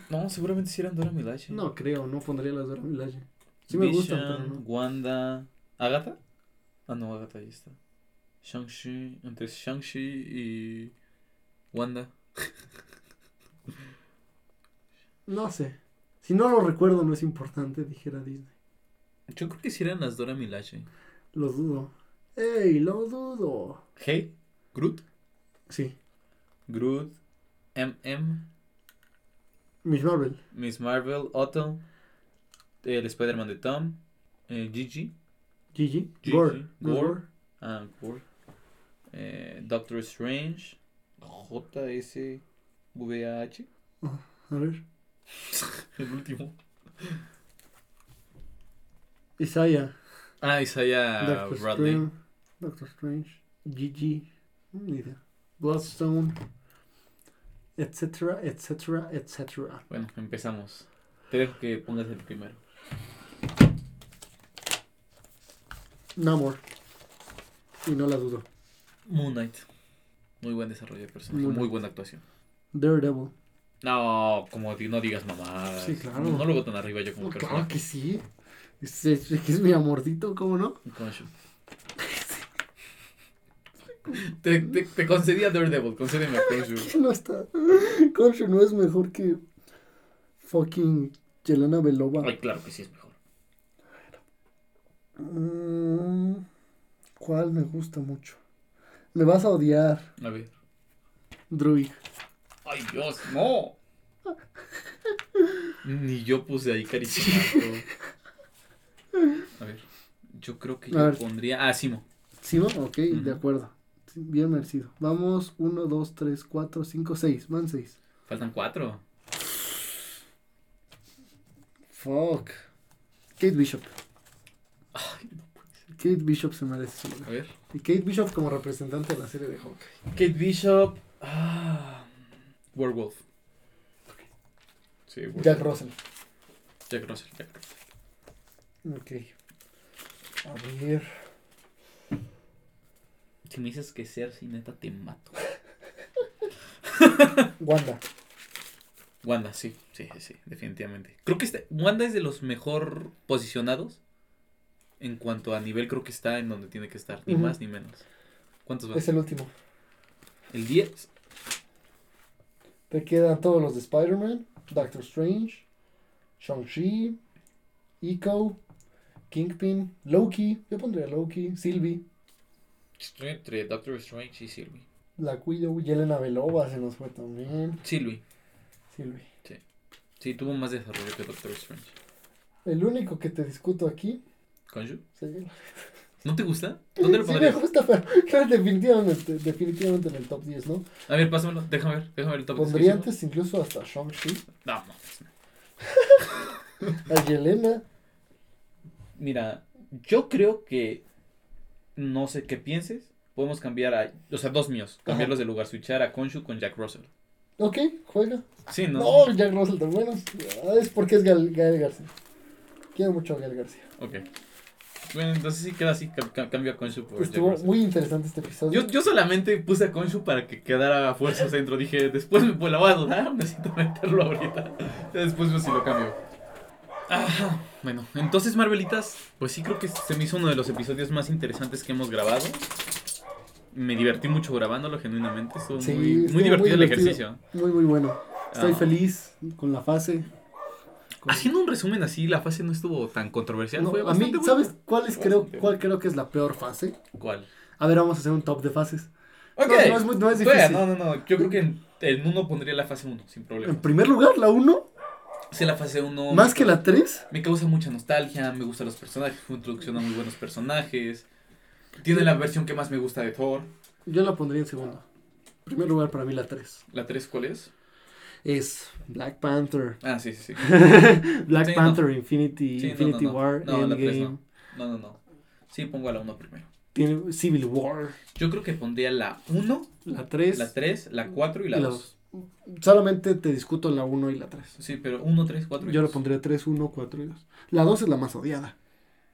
B: No, seguramente sí eran Dora Milaje.
A: No creo, no pondría las Dora Milaje. Sí me gustan, pero no.
B: Wanda. ¿Agatha? Ah, no, Agatha ahí está. Shang-Chi. Entre Shang-Chi y. Wanda.
A: No sé. Si no lo recuerdo, no es importante, dijera Disney.
B: Yo creo que sí eran las Dora Milaje.
A: Lo dudo. ¡Ey, lo dudo!
B: Hey, Groot.
A: Sí,
B: Groot, MM,
A: Miss Marvel.
B: Miss Marvel, Otto, el Spider-Man de Tom, eh, Gigi,
A: Gigi.
B: Gigi,
A: Gore. ¿no es
B: Gore.
A: Gore?
B: ah, Gore, eh, Doctor Strange, JSVH,
A: A ver.
B: el último.
A: Isaiah.
B: Ah, Isaiah
A: Doctor
B: Bradley.
A: Strange. Doctor Strange. Gigi. Ni idea. Bloodstone. Etcétera, etcétera, etcétera.
B: Bueno, empezamos. Te dejo que pongas el primero.
A: Namor. Y no la dudo.
B: Moon Knight. Muy buen desarrollo de personaje,
A: Moon
B: muy
A: Knight.
B: buena actuación.
A: Daredevil.
B: No, como di- no digas mamá.
A: Sí, claro.
B: No lo veo tan arriba yo como
A: No, claro
B: personaje.
A: que sí. Es, es- es que es mi amorcito, ¿cómo no?
B: Con Shu. Te, te, te concedí a Daredevil, concédeme a Konshu.
A: Que <laughs> no está. Concho no es mejor que. Fucking. Yelena Belova.
B: Ay, claro que sí es mejor.
A: Mm, ¿Cuál me gusta mucho? Me vas a odiar.
B: A ver.
A: Druid.
B: Ay, Dios, no. Ni yo puse ahí caricaturas. A ver. Yo creo que
A: A
B: yo
A: ver.
B: pondría. Ah, Simo.
A: ¿Sí, no? Ok,
B: Ujú.
A: de acuerdo. Sí, Bien merecido. Vamos, 1, 2, 3, 4, 5, 6. Van 6.
B: Faltan cuatro.
A: Fuck. Kate Bishop. Kate Bishop se merece su
B: A
A: lugar.
B: ver.
A: Y Kate Bishop como representante de la serie de Hawkeye.
B: Kate Bishop. Ah, Werewolf. Sí, Werewolf.
A: Jack Russell.
B: Jack Russell. Jack Russell.
A: Ok. A ver.
B: Si me dices que Cersei, neta, te mato.
A: Wanda.
B: Wanda, sí, sí, sí, sí, definitivamente. Creo que este- Wanda es de los mejor posicionados en cuanto a nivel, creo que está en donde tiene que estar, ni
A: Ujú.
B: más ni Ah. menos. ¿Cuántos van?
A: Es el último.
B: ¿El 10?
A: Te quedan todos los de Spider-Man, Doctor Strange, Shang-Chi, Echo, Kingpin, Loki. Yo pondría Loki, Sylvie,
B: Estoy entre Doctor Strange y Sylvie.
A: la Widow, Yelena Belova se nos fue también.
B: Sylvie.
A: Sylvie.
B: Sí, tuvo más desarrollo que Doctor Strange.
A: El único que te discuto aquí.
B: ¿Conju?
A: Sí,
B: ¿No te gusta? ¿Dónde lo
A: sí me
B: pondrías?
A: gusta, pero claro, definitivamente, definitivamente en el top 10, ¿no?
B: A ver, pásamelo. Déjame ver. Déjame ver el top
A: Pondría
B: description.
A: antes incluso hasta Shang-Chi,
B: No, no.
A: a Yelena.
B: Mira, yo creo que. No sé qué pienses. Podemos cambiar a. O sea, dos míos. Cambiarlos de lugar. Switchar a Konshu con Jack Russell.
A: Ok, juega.
B: Sí, ¿no?
A: No, Jack Russell tan bueno. Ah, Es porque es Gael, Gael García. Quiero mucho a Gael García.
B: Ok. Bueno, entonces sí queda así. cam- cam- Cambio a Konshu por Jack
A: Estuvo
B: Russell.
A: muy interesante este episodio.
B: Yo, yo solamente puse a Konshu para que quedara a fuerza centro. Dije, después me pues, la voy a dudar, <laughs> necesito meterlo ahorita. Ya Después pues, si lo cambio. Ajá. Bueno, entonces Marvelitas, pues sí creo que se me hizo uno de los episodios más interesantes que hemos grabado. Me divertí mucho grabándolo, genuinamente. Estuvo
A: Sí,
B: muy, muy
A: estuvo muy
B: divertido el
A: divertido.
B: ejercicio.
A: Muy, muy bueno. Estoy
B: Ah.
A: feliz con la fase. Con-
B: Haciendo un resumen así, la fase no estuvo tan controversial.
A: No,
B: fue
A: a mí,
B: bastante Ah, buena.
A: ¿sabes cuál, es, creo,
B: Bastante
A: cuál creo que es la peor fase?
B: ¿Cuál?
A: A ver, vamos a hacer un top de fases.
B: Ok.
A: No, no es, muy- no es
B: Espera,
A: difícil.
B: no, no, no. Yo creo que en, en uno pondría la fase 1, sin problema.
A: En primer lugar, la 1,
B: Sí, la fase 1.
A: más que la 3.
B: Me causa mucha nostalgia, me gustan los personajes, fue introducción a muy buenos personajes. Tiene la versión que más me gusta de Thor.
A: Yo la pondría en segundo. En primer lugar, para mí, la 3.
B: ¿La 3 cuál es?
A: Es Black Panther.
B: Ah, sí,
A: <laughs>
B: sí, sí.
A: Black
B: Sí, no.
A: Panther, Infinity,
B: Sí, no,
A: Infinity
B: no, no.
A: War,
B: No, la tres
A: Endgame.
B: no. No, no, no. Sí, pongo a la 1 primero.
A: Tiene Civil War.
B: Yo creo que pondría la 1,
A: La 3.
B: la 3, la 4 y la
A: y la
B: 2.
A: Solamente te discuto la 1 y la 3.
B: Sí, pero 1, 3, 4 y
A: Yo le
B: dos.
A: pondría 3, 1, 4 y 2. La 2 es la más odiada.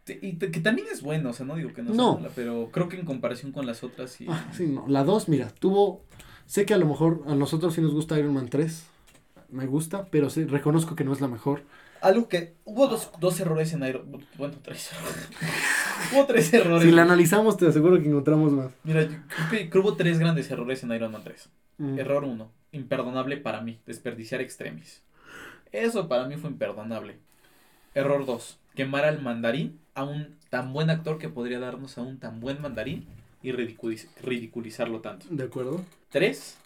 B: Te- Y te- que también es bueno, o sea, no digo que no,
A: No.
B: sea mala, pero creo que en comparación con las otras sí.
A: Ah, sí, no. La 2, mira, tuvo. Sé que a lo mejor a nosotros sí nos gusta Iron Man 3. Me gusta, pero sí, reconozco que no es la mejor.
B: Algo que. Hubo dos, dos errores en Iron. Bueno, tres <laughs> errores. hubo tres errores.
A: Si la analizamos, te aseguro que encontramos más.
B: Mira, yo creo que, creo que hubo tres grandes errores en Iron Man 3.
A: Mm.
B: Error 1, imperdonable para mí, desperdiciar extremis. Eso para mí fue imperdonable. Error 2, quemar al mandarín, a un tan buen actor que podría darnos a un tan buen mandarín y ridiculiz- ridiculizarlo tanto.
A: De acuerdo.
B: 3,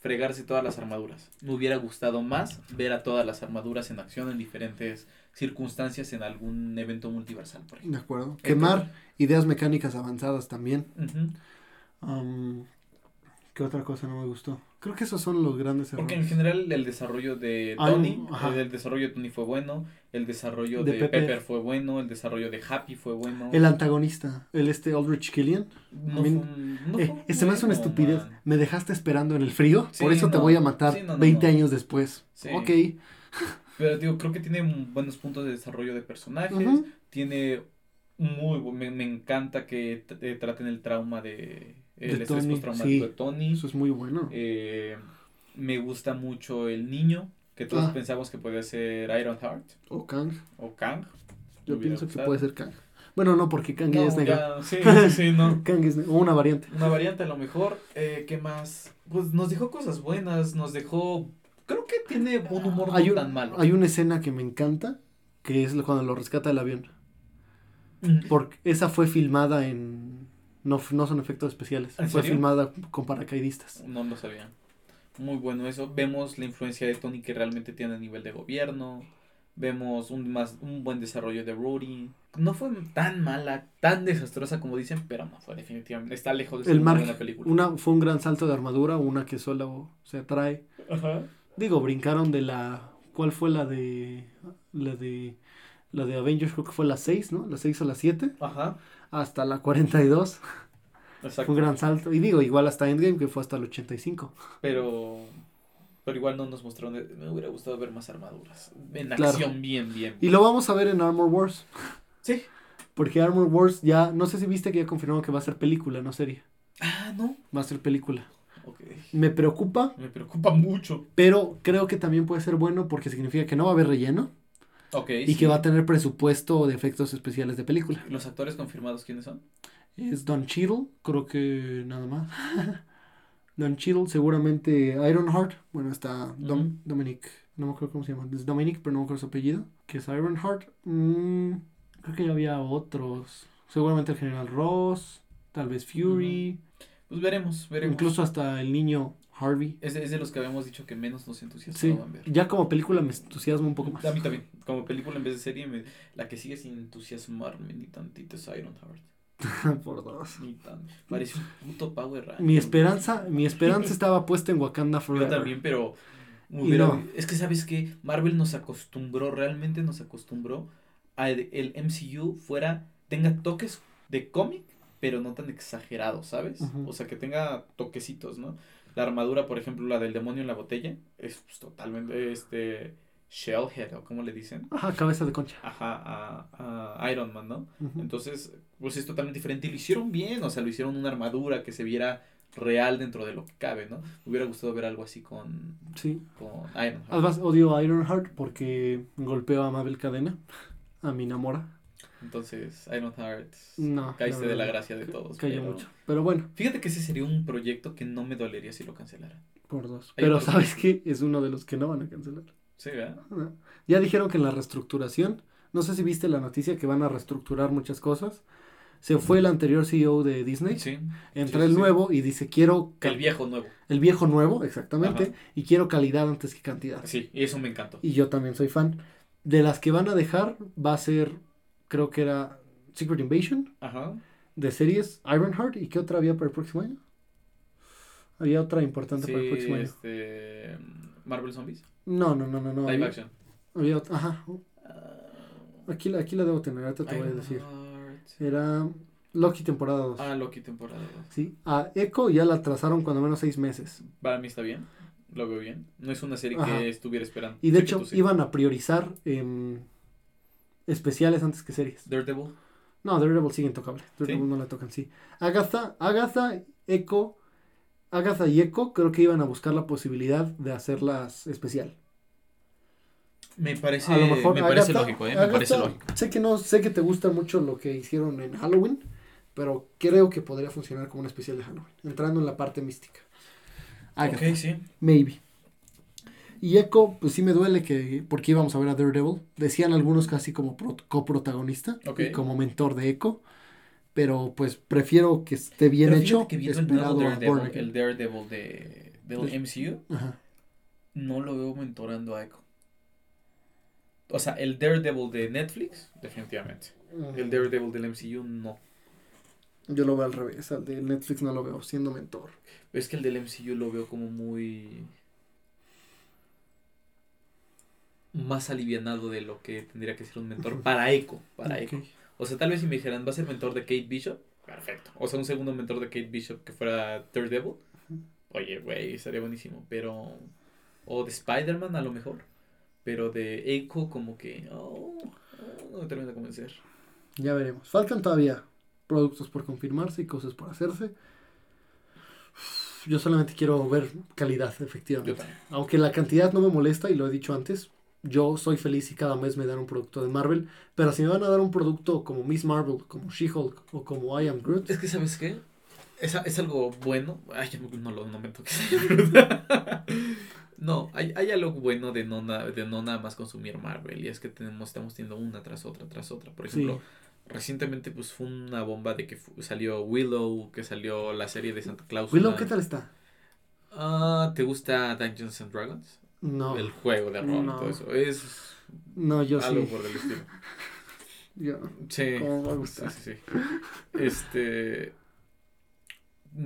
B: fregarse todas las armaduras. Me hubiera gustado más ver a todas las armaduras en acción en diferentes circunstancias en algún evento multiversal, por ejemplo.
A: De acuerdo. Quemar ideas mecánicas avanzadas también.
B: Ujú.
A: Am, ¿Qué otra cosa no me gustó? Creo que esos son los grandes
B: Porque en
A: errores.
B: general el desarrollo de
A: Ah,
B: Tony,
A: ajá.
B: el, el desarrollo de Tony fue bueno, el desarrollo
A: De
B: de,
A: Pepper.
B: Pepper. fue bueno, el desarrollo de Happy fue bueno.
A: El antagonista, el este Aldrich Killian.
B: no
A: a mí-
B: fue un- no
A: Eh,
B: fue un
A: se me hace una
B: bueno,
A: estupidez.
B: man.
A: Me dejaste esperando en el frío.
B: Sí,
A: por eso te
B: no.
A: voy a matar
B: Sí, no, no,
A: 20
B: no.
A: años después.
B: Sí.
A: Ok.
B: Pero digo, creo que tiene un- buenos puntos de desarrollo de personajes,
A: Ujú.
B: tiene muy bu- me, me encanta que t- eh, traten el trauma de el
A: De
B: estrés
A: Tony,
B: postraumático
A: sí.
B: de Tony.
A: Eso es muy bueno.
B: Eh, me gusta mucho el niño, que todos
A: Ah.
B: pensamos que podía ser Ironheart
A: O Kang.
B: o Kang. Me
A: Yo
B: hubiera
A: pienso que
B: gustado.
A: puede ser Kang. Bueno, no, porque Kang ya
B: No,
A: es negro.
B: ya, sí, sí, sí, no.
A: Kang es negro. O una variante.
B: Una variante a lo mejor. Eh, ¿Qué más? Pues nos dejó cosas buenas, nos dejó... Creo que tiene un humor
A: Hay,
B: no
A: un-
B: tan malo.
A: hay una escena que me encanta. Que es lo- cuando lo rescata el avión.
B: Mm.
A: Porque esa fue filmada en. No, f- no son efectos especiales.
B: ¿En
A: Fue
B: serio?
A: filmada con paracaidistas.
B: No lo sabía. Muy bueno eso. Vemos la influencia de Tony que realmente tiene a nivel de gobierno. Vemos un, más, un buen desarrollo de Rudy. No fue tan mala, tan desastrosa como dicen, pero no fue definitivamente. Está lejos de ser
A: El
B: Pues una
A: mar.
B: buena película.
A: Una fue un gran salto de armadura. Una que solo se atrae.
B: Ajá.
A: Digo, brincaron de la. ¿Cuál fue la de. La de. La de Avengers, creo que fue la 6, ¿no? La 6 a la 7.
B: Ajá.
A: Hasta la 42. Fue
B: Exacto.
A: un gran salto. Y digo, igual hasta Endgame, que fue hasta el 85.
B: Pero. Pero igual no nos mostraron. de- Me hubiera gustado ver más armaduras. En
A: Claro.
B: acción, bien, bien.
A: Y lo vamos a ver en Armor Wars.
B: Sí.
A: Porque Armor Wars ya. No sé si viste que ya confirmaron que va a ser película, no serie.
B: Ah, no.
A: Va a ser película.
B: Ok.
A: Me preocupa,
B: Me preocupa mucho.
A: pero creo que también puede ser bueno porque significa que no va a haber relleno
B: Ok.
A: y
B: sí.
A: que va a tener presupuesto de efectos especiales de película.
B: ¿Los actores confirmados quiénes son?
A: Es Don Cheadle, creo que nada más. <laughs> Don Cheadle, seguramente Ironheart, bueno, está Dom- Dominic, no me acuerdo cómo se llama, es Dominic, pero no me acuerdo su apellido, que es Ironheart. Mm, creo que ya había otros, seguramente el General Ross, tal vez Fury,
B: Pues veremos, veremos.
A: incluso hasta el niño Harvey.
B: Es de, es de los que habíamos dicho que menos nos
A: Sí,
B: entusiasmaban ver.
A: ya como película me entusiasma un poco más.
B: A mí también. Como película en vez de serie, me- la que sigue sin entusiasmarme ni tantito es Ironheart.
A: <laughs> Por dos.
B: Ni tan. Parece un puto Power Ranger.
A: Mi esperanza, mi esperanza estaba puesta en Wakanda
B: Yo
A: Forever.
B: también, pero.
A: Y
B: hubiera-
A: no.
B: Es que, ¿sabes que Marvel nos acostumbró, realmente nos acostumbró a el el MCU fuera. tenga toques de cómic, pero no tan exagerados, ¿sabes?
A: Ujú.
B: O sea, que tenga toquecitos, ¿no? La armadura, por ejemplo, la del demonio en la botella, es pues, totalmente. este. Shellhead, o como le dicen.
A: Ajá, cabeza de concha.
B: Ajá, a, a Iron Man, ¿no?
A: Ujú.
B: Entonces, pues es totalmente diferente. Y lo hicieron bien, o sea, lo hicieron una armadura que se viera real dentro de lo que cabe, ¿no? Me hubiera gustado ver algo así con,
A: Sí.
B: con Ironheart.
A: Además, odio a Ironheart porque golpeó a Mabel Cadena, a mi Namora.
B: Entonces, Ironheart,
A: No.
B: caíste de la
A: Mm, verdad,
B: gracia de todos.
A: Cayó
B: pero-
A: mucho. Pero bueno,
B: Fíjate que ese sería un proyecto que no me dolería si lo cancelaran.
A: por dos.
B: Hay
A: Pero
B: otro.
A: ¿sabes qué? Es uno de los que no van a cancelar.
B: Sí, ¿verdad?
A: No. Ya dijeron que en la reestructuración, no sé si viste la noticia que van a reestructurar muchas cosas. Se fue el anterior CEO de Disney,
B: Sí.
A: entra
B: sí,
A: el
B: sí.
A: nuevo y dice, quiero
B: El
A: cal-
B: viejo nuevo.
A: el viejo nuevo, exactamente,
B: Ajá.
A: y quiero calidad antes que cantidad.
B: Sí, y eso me encantó.
A: Y yo también soy fan. De las que van a dejar va a ser, creo que era Secret Invasion,
B: Ajá.
A: de series Ironheart. ¿Y qué otra había para el próximo año? Había otra importante
B: Sí,
A: para el próximo año.
B: este. Marvel Zombies.
A: No, no, no, no. no
B: Live
A: había,
B: action.
A: había otra- Ajá, aquí, la- aquí la debo tener, ahorita te voy a decir.
B: Ironheart.
A: Era Loki temporada 2.
B: Ah, Loki temporada dos.
A: Sí, a Echo ya la trazaron cuando menos seis meses.
B: Para mí está bien, lo veo bien. No es una serie
A: Ajá.
B: que estuviera esperando.
A: Y de
B: Sé que
A: hecho
B: tú sí.
A: iban a priorizar em, especiales antes que series.
B: Daredevil.
A: No, Daredevil sigue intocable. Daredevil no la tocan, sí. Agatha, Agatha, Echo, Agatha y Echo creo que iban a buscar la posibilidad de hacerlas especial.
B: Me parece,
A: a lo mejor
B: me parece
A: Agatha-
B: lógico, ¿eh? Me
A: Agatha,
B: parece lógico.
A: Sé que no, sé que te gusta mucho lo que hicieron en Halloween, pero creo que podría funcionar como un especial de Halloween, entrando en la parte mística. Agatha,
B: Ok, sí.
A: maybe. Y Echo, pues sí me duele que porque íbamos a ver a Daredevil, decían algunos casi como pro- coprotagonista
B: Ok.
A: y como mentor de Echo, pero pues prefiero que esté bien
B: Pero fíjate
A: hecho,
B: que viendo el nuevo
A: esperado a Born
B: Daredevil,
A: Again.
B: el Daredevil de, del
A: Del-
B: MCU,
A: Ajá.
B: no lo veo mentorando a Echo. O sea, el Daredevil de Netflix, definitivamente. El Daredevil del MCU, no.
A: Yo lo veo al revés, al de Netflix no lo veo siendo mentor.
B: Es que el del MCU lo veo como muy... Más alivianado de lo que tendría que ser un mentor para Echo. Para Echo.
A: Ok.
B: O sea, tal vez si me dijeran, ¿va a ser mentor de Kate Bishop? Perfecto. O sea, un segundo mentor de Kate Bishop que fuera Daredevil. Oye, güey, estaría buenísimo. Pero. O de Spider-Man a lo mejor. Pero de Echo, como que. Oh, oh, no me termina de convencer.
A: Ya veremos. Faltan todavía productos por confirmarse y cosas por hacerse. Yo solamente quiero ver calidad,
B: Yo
A: efectivamente.
B: también.
A: Aunque la cantidad no me molesta y lo he dicho antes, yo soy feliz si cada mes me dan un producto de Marvel, pero si me van a dar un producto como Miss Marvel, como She-Hulk o como I Am Groot,
B: Es que, ¿sabes qué? Es, a- es algo bueno. Ay, ya no, no lo no me toques. <laughs> no, hay, hay algo bueno de no, na- de no nada más consumir Marvel. Y es que tenemos, estamos teniendo una tras otra, tras otra. Por
A: sí,
B: ejemplo, Recientemente pues fue una bomba de que fu- salió Willow, que salió la serie de Santa Claus.
A: Willow, ¿qué tal está?
B: Ah, ¿Te gusta Dungeons and Dragons?
A: No,
B: El juego de rol
A: No.
B: y todo eso. Es
A: no, yo
B: algo
A: sí.
B: por el estilo.
A: Yo,
B: Sí.
A: ¿Cómo va a
B: Sí,
A: gustar?
B: sí, sí. Este...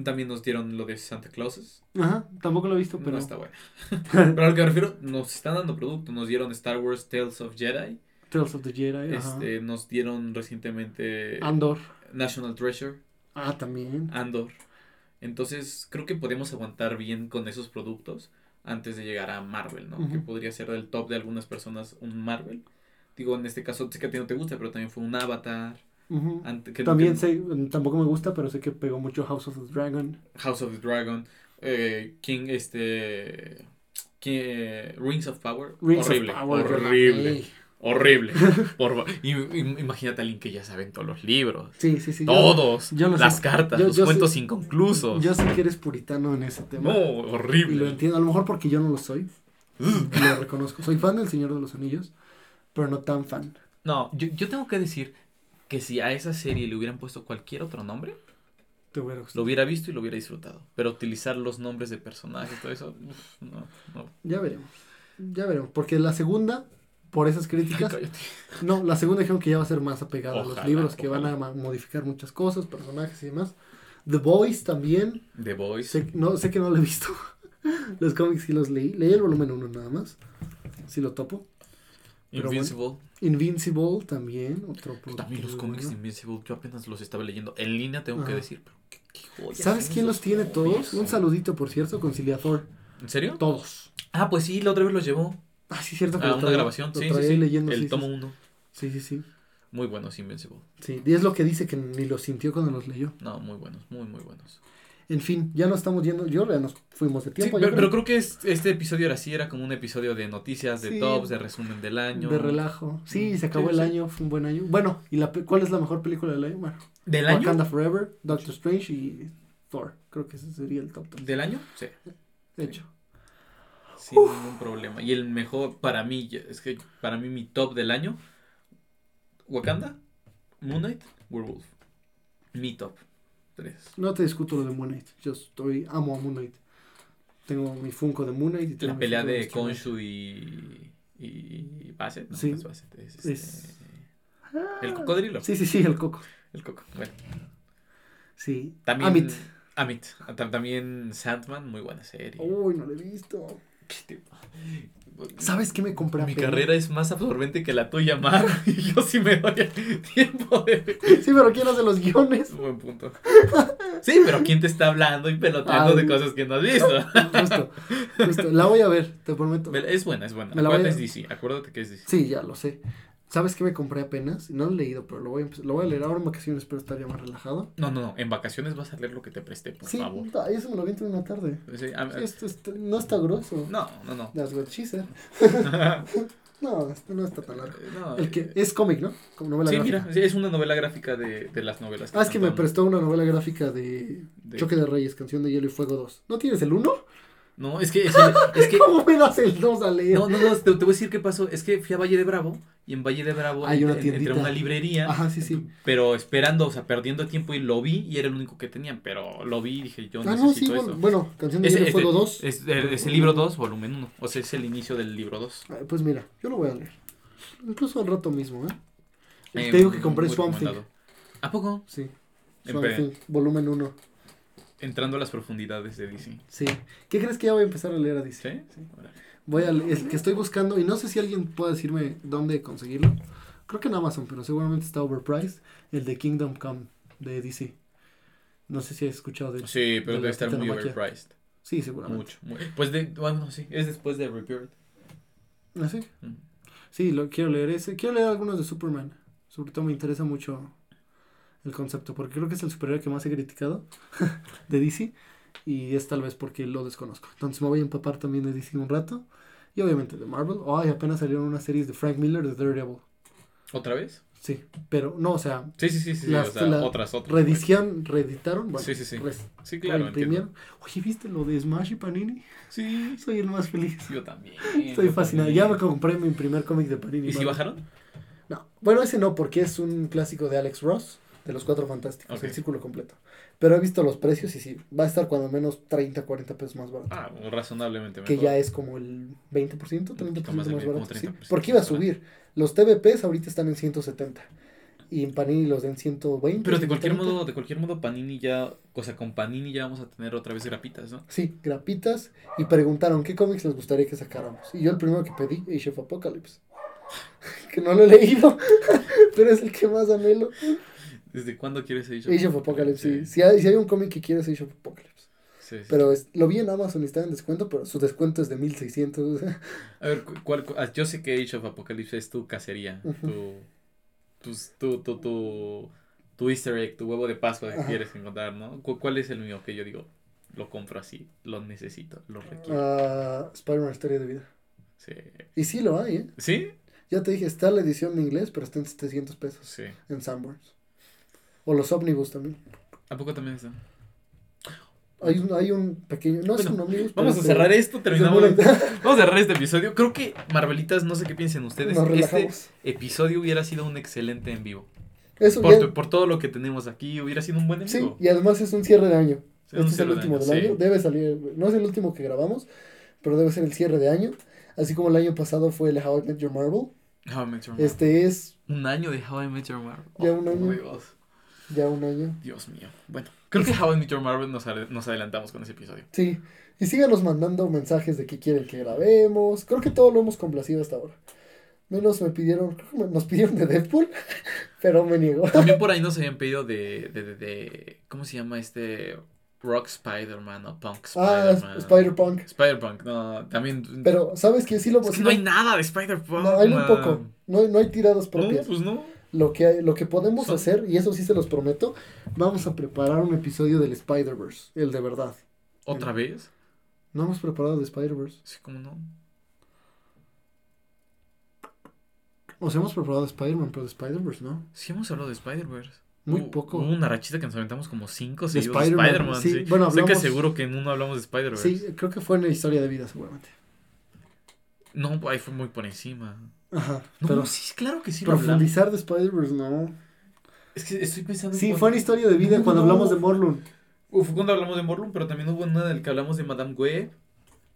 B: También nos dieron lo de Santa Claus.
A: Ajá, tampoco lo he visto, pero
B: No está bueno. <laughs> Pero a lo que me refiero, nos están dando producto. Nos dieron Star Wars Tales of Jedi.
A: Tales of the Jedi, ajá.
B: Este, nos dieron recientemente
A: Andor.
B: National Treasure.
A: Ah, también.
B: Andor. Entonces, creo que podemos aguantar bien con esos productos antes de llegar a Marvel, ¿no? Que
A: Ujú.
B: podría ser del top de algunas personas un Marvel. Digo, en este caso, sé que a ti no te gusta, pero también fue un Avatar.
A: Ujú.
B: ante- Ah, que-
A: También
B: que-
A: sé, mm, tampoco me gusta, pero sé que pegó mucho House of the Dragon.
B: House of the Dragon. eh, King, este. King, eh, Rings of Power.
A: Rings of
B: horrible.
A: Power, yo la
B: horrible.
A: amé.
B: horrible. Por fa- y- y- imagínate a alguien que ya se aventó los libros,
A: Sí, sí, sí. yo-
B: todos,
A: yo no sé.
B: las cartas,
A: Yo-
B: los
A: yo
B: cuentos
A: sí- Yo,
B: inconclusos.
A: sé que eres puritano en ese tema.
B: no,
A: Y lo
B: horrible.
A: entiendo, a lo mejor porque yo no lo soy.
B: Mm.
A: lo reconozco. Soy fan del Señor de los Anillos, pero no tan fan.
B: No, yo, yo tengo que decir que si a esa serie le hubieran puesto cualquier otro nombre, pues,
A: Te hubiera gustado.
B: lo hubiera visto y lo hubiera disfrutado. Pero utilizar los nombres de personajes, todo eso, uf, no, no.
A: Ya veremos. Ya veremos. Porque la segunda, por esas críticas,
B: Cállate.
A: no, la segunda dijeron que ya va a ser más apegada a los
B: Ojalá,
A: libros, que van
B: ojalá.
A: a ma- modificar muchas cosas, personajes y demás. The Boys también.
B: The Voice.
A: Sé, no, sé que no lo he visto. <laughs> los cómics sí los leí. Leí el volumen 1 nada más. Sí lo topo. pero bueno.
B: Invincible.
A: Invincible también. Otro producto
B: También los
A: muy
B: cómics de
A: bueno.
B: Invincible, yo apenas los estaba leyendo en línea, tengo que
A: Ajá.
B: decir. Pero qué, qué joyas
A: ¿Sabes
B: son
A: quién
B: esos
A: los tiene todos?
B: cómics.
A: Un saludito, por cierto, conciliador.
B: ¿En serio?
A: Todos.
B: Ah, pues sí, la otra vez los llevó
A: Ah, sí, cierto que
B: a
A: lo
B: una
A: traía-
B: grabación.
A: lo
B: Sí, sí,
A: traía
B: sí.
A: ahí leyendo,
B: el
A: sí, sí,
B: tomo
A: sí.
B: 1.
A: Sí, sí, sí.
B: Muy buenos, Invincible.
A: Sí, y es lo que dice que ni lo sintió cuando los leyó.
B: No, muy buenos, muy, muy buenos.
A: En fin, ya nos estamos yendo. Yo ya nos fuimos de
B: Sí,
A: tiempo. yo
B: pero, pero
A: creo.
B: creo que es- este episodio era así, era como un episodio de noticias, de
A: Sí.
B: tops, de resumen del año.
A: de relajo. Sí,
B: Mm,
A: se acabó
B: sí,
A: el
B: sí.
A: año, fue un buen año. Bueno, ¿y la, pe- cuál es la mejor película del año? Bueno,
B: ¿Del año?
A: Wakanda Forever, Doctor Strange y Thor. Creo que ese sería el top. ten,
B: ¿Del año? Sí.
A: De hecho,
B: Sin ningún problema. Y el mejor para mí, ya- es que para mí mi top del año, Wakanda, Moon Knight, Werewolf. Mi top. Tres.
A: no te discuto lo de Moon Knight. Yo estoy, amo a Moon Knight. Tengo mi Funko de Moon Knight. y tengo
B: La
A: mi
B: pelea
A: Funko
B: de
A: Star Knight.
B: Konshu y, y Bassett. No,
A: Sí.
B: no es Bassett, es, este,
A: Es-
B: El cocodrilo.
A: Sí, sí, sí, el coco.
B: El coco. Bueno,
A: Sí.
B: también...
A: Amit.
B: Amit. Ah, Tam- También Sandman, muy buena serie.
A: Uy, no lo he visto.
B: Qué tipo.
A: ¿Sabes qué me compré?
B: Mi
A: apenas?
B: carrera es más absorbente que la tuya, Mar. <laughs> Y yo sí me doy el tiempo de...
A: <laughs> Sí, pero ¿quién hace los guiones?
B: <laughs> Buen punto. Sí, pero ¿quién te está hablando y peloteando
A: Ay.
B: de cosas que no has visto?
A: Justo, justo. La voy a ver, te prometo.
B: Me la- Es buena, es buena.
A: Me la voy a-
B: Acuérdate es DC, acuérdate que es DC.
A: Sí, ya lo sé. ¿Sabes qué me compré apenas? No lo he leído, pero lo voy a, empezar- lo voy a leer ahora en vacaciones, espero estar ya más relajado.
B: No, no, no, en vacaciones vas a leer lo que te presté, por
A: sí,
B: favor.
A: puta, eso me lo aviento en una tarde.
B: Sí, a-
A: Esto está- no está grueso.
B: No, no, no.
A: That's what she
B: <laughs>
A: said. No, esto no está tan largo.
B: No,
A: El que
B: eh,
A: es cómic, ¿no? Como novela
B: Sí,
A: gráfica.
B: mira, sí, es una novela gráfica de, de las novelas.
A: Ah, es que me
B: cantaban
A: prestó una novela gráfica de
B: de-
A: Choque de Reyes, Canción de Hielo y Fuego 2. ¿No tienes el 1?
B: No, es que...
A: <laughs>
B: Es, el- es que...
A: ¿Cómo me das el 2 a leer?
B: No, no, no, te, te voy a decir qué pasó. Es que fui a Valle de Bravo y en Valle de Bravo
A: Hay una
B: en- en-
A: tiendita.
B: entré a una librería.
A: Ajá, sí, sí.
B: Pero esperando, o sea, perdiendo tiempo y lo vi y era el único que tenían, pero lo vi y dije, yo
A: ah,
B: necesito
A: no, sí,
B: eso.
A: bueno, bueno, Canción de
B: Es-
A: Hielo y
B: es-
A: Fuego 2.
B: Es, el- es el libro 2, volumen 1. O sea, es el inicio del libro 2.
A: Ah, Pues mira, yo lo voy a leer. Incluso al rato mismo, ¿eh?
B: Eh,
A: Te digo que
B: muy
A: compré Swamp Thing.
B: recomendado. ¿A poco?
A: Sí.
B: En
A: Swamp
B: pe-
A: Thing, volumen 1.
B: Entrando a las profundidades de DC.
A: Sí. ¿Qué crees que ya voy a empezar a leer a
B: ¿Sí?
A: DC?
B: sí. órale.
A: Voy a leer, el que estoy buscando, y no sé si alguien puede decirme dónde conseguirlo. Creo que en Amazon, pero seguramente está overpriced. El de Kingdom Come de DC. No sé si has escuchado de él.
B: Sí,
A: De
B: pero
A: la
B: debe estar muy
A: titanomaquia.
B: overpriced.
A: Sí, seguramente.
B: Mucho, muy- Pues de, bueno, sí, es después de Rebirth.
A: ¿Ah, sí?
B: Mm.
A: Sí, lo quiero leer ese. Quiero leer algunos de Superman. Sobre todo me interesa mucho el concepto, porque creo que es el superhéroe que más he criticado <laughs> de DC. Y es tal vez porque lo desconozco. Entonces me voy a empapar también de DC un rato. Y obviamente de Marvel. Oh, Ay, apenas salieron unas series de Frank Miller de Daredevil.
B: ¿Otra vez?
A: Sí, pero no, o sea,
B: Sí, sí, sí, sí.
A: Las-
B: o sea,
A: la-
B: otras, otras.
A: reedición, reeditaron. Bueno,
B: Sí, sí, sí.
A: res-
B: Sí, claro, entiendo.
A: reimprimieron. Oye, ¿viste lo de Smash y Panini? <laughs>
B: Sí,
A: Soy el más feliz.
B: yo también.
A: Estoy
B: yo
A: fascinado.
B: también.
A: Ya me compré mi primer cómic de Panini.
B: ¿Y si
A: Marvel.
B: bajaron?
A: No, bueno, ese no, porque es un clásico de Alex Ross, de los Cuatro Fantásticos,
B: Ok.
A: el círculo completo. Pero he visto los precios y sí, va a estar cuando menos 30, 40 pesos más barato.
B: Ah, razonablemente mejor.
A: que ya es como el 20%, 30%
B: más
A: más,
B: de como
A: barato. sí,
B: 30%
A: porque iba a
B: más barato.
A: subir. Los TBPs ahorita están en 170. Y en Panini los den 120.
B: Pero de cualquier
A: 130.
B: modo, de cualquier modo, Panini ya, o sea, con Panini ya vamos a tener otra vez grapitas, ¿no?
A: Sí, grapitas. Y preguntaron qué cómics les gustaría que sacáramos. Y yo el primero que pedí, Age of Apocalypse. <laughs> que no lo he leído, <laughs> pero es el que más anhelo.
B: ¿Desde cuándo quieres Age
A: Age of Apocalypse, sí.
B: Sí,
A: Si hay, si hay un cómic que quieres, Age of Apocalypse.
B: sí, sí.
A: Pero es- lo vi en Amazon y estaba en descuento, pero su descuento es de 1600. o sea,
B: A ver, cu- ¿cuál, cu- ah, yo sé que Age of Apocalypse es tu cacería, tu, tus- tu, tu, tu, tu easter egg, tu huevo de Pascua que
A: Ajá.
B: quieres encontrar, ¿no? ¿Cu- ¿Cuál es el mío que yo digo, lo compro así, lo necesito, lo requiero?
A: ah, Spider-Man Historia de Vida.
B: Sí.
A: Y sí lo hay, ¿eh?
B: ¿Sí? Pues
A: Ya te dije, está la edición en inglés, pero está en 700 pesos
B: Sí.
A: en Sanborns. O los ómnibus también.
B: ¿A poco también está?
A: Hay un, hay un pequeño. No es
B: Bueno,
A: un ómnibus.
B: Vamos
A: <laughs>
B: a cerrar esto, terminamos.
A: Nos
B: Vamos a cerrar este episodio. Creo que, Marvelitas, no sé qué piensen ustedes. este
A: relajamos.
B: episodio hubiera sido un excelente en vivo.
A: Eso
B: Por,
A: ya-
B: tu- por todo lo que tenemos aquí, hubiera sido un buen en
A: Sí,
B: vivo.
A: y además es un cierre de año.
B: Sí,
A: este
B: un
A: es el
B: cierre de
A: último
B: año,
A: del
B: sí.
A: año. Debe salir. No es el último que grabamos, pero debe ser el cierre de año. Así como el año pasado fue el How I Met Your Marvel.
B: How I Met Your Mother.
A: Este es
B: Un año de How I Met Your Marvel.
A: Ya un año.
B: Dios.
A: ya un año.
B: Dios mío. Bueno, creo que How I Met Your Marvel nos, ade- nos adelantamos con ese episodio.
A: Sí. Y síganos mandando mensajes de qué quieren que grabemos. Creo que todo lo hemos complacido hasta ahora. Menos me pidieron, creo que me- nos pidieron de Deadpool, <laughs> pero me niego.
B: También por ahí nos habían pedido de. de, de, de- ¿Cómo se llama este? Rock Spider-Man o Punk
A: Ah,
B: Spider-Man.
A: Spider-Punk.
B: Spider-Punk, no, también.
A: Pero, ¿sabes qué? Sí lo...
B: Es que
A: sí
B: no
A: lo-
B: hay nada de Spider-Punk.
A: no, hay un
B: man.
A: poco. No, hay- no hay tiradas
B: No,
A: propias.
B: pues no.
A: Lo que, hay- lo que podemos
B: Son-
A: hacer, y eso sí se los prometo, vamos a preparar un episodio del Spider-Verse, el de verdad.
B: ¿Otra vez?
A: No hemos preparado de Spider-Verse.
B: Sí, ¿cómo no?
A: O sea, hemos preparado de Spider-Man, pero de Spider-Verse, ¿no?
B: Sí, hemos hablado de Spider-Verse.
A: Muy
B: Hubo-
A: poco.
B: Hubo una rachita que nos aventamos como cinco
A: De
B: seguidos de
A: Spider-Man,
B: Spider-Man.
A: sí.
B: sí.
A: Bueno,
B: Estoy que
A: hablamos-
B: seguro que en uno hablamos de Spider-Verse.
A: Sí, creo que fue en la historia de vida, seguramente.
B: No, ahí fue muy por encima.
A: Ajá.
B: No,
A: pero
B: sí, claro que sí lo hablamos.
A: profundizar de Spider-Verse, no.
B: Es que estoy pensando
A: Sí,
B: cuando-
A: fue en historia de vida
B: No,
A: cuando
B: no.
A: hablamos de Morlun.
B: Uf, Fue cuando hablamos de Morlun, pero también hubo una en la que hablamos de Madame Web.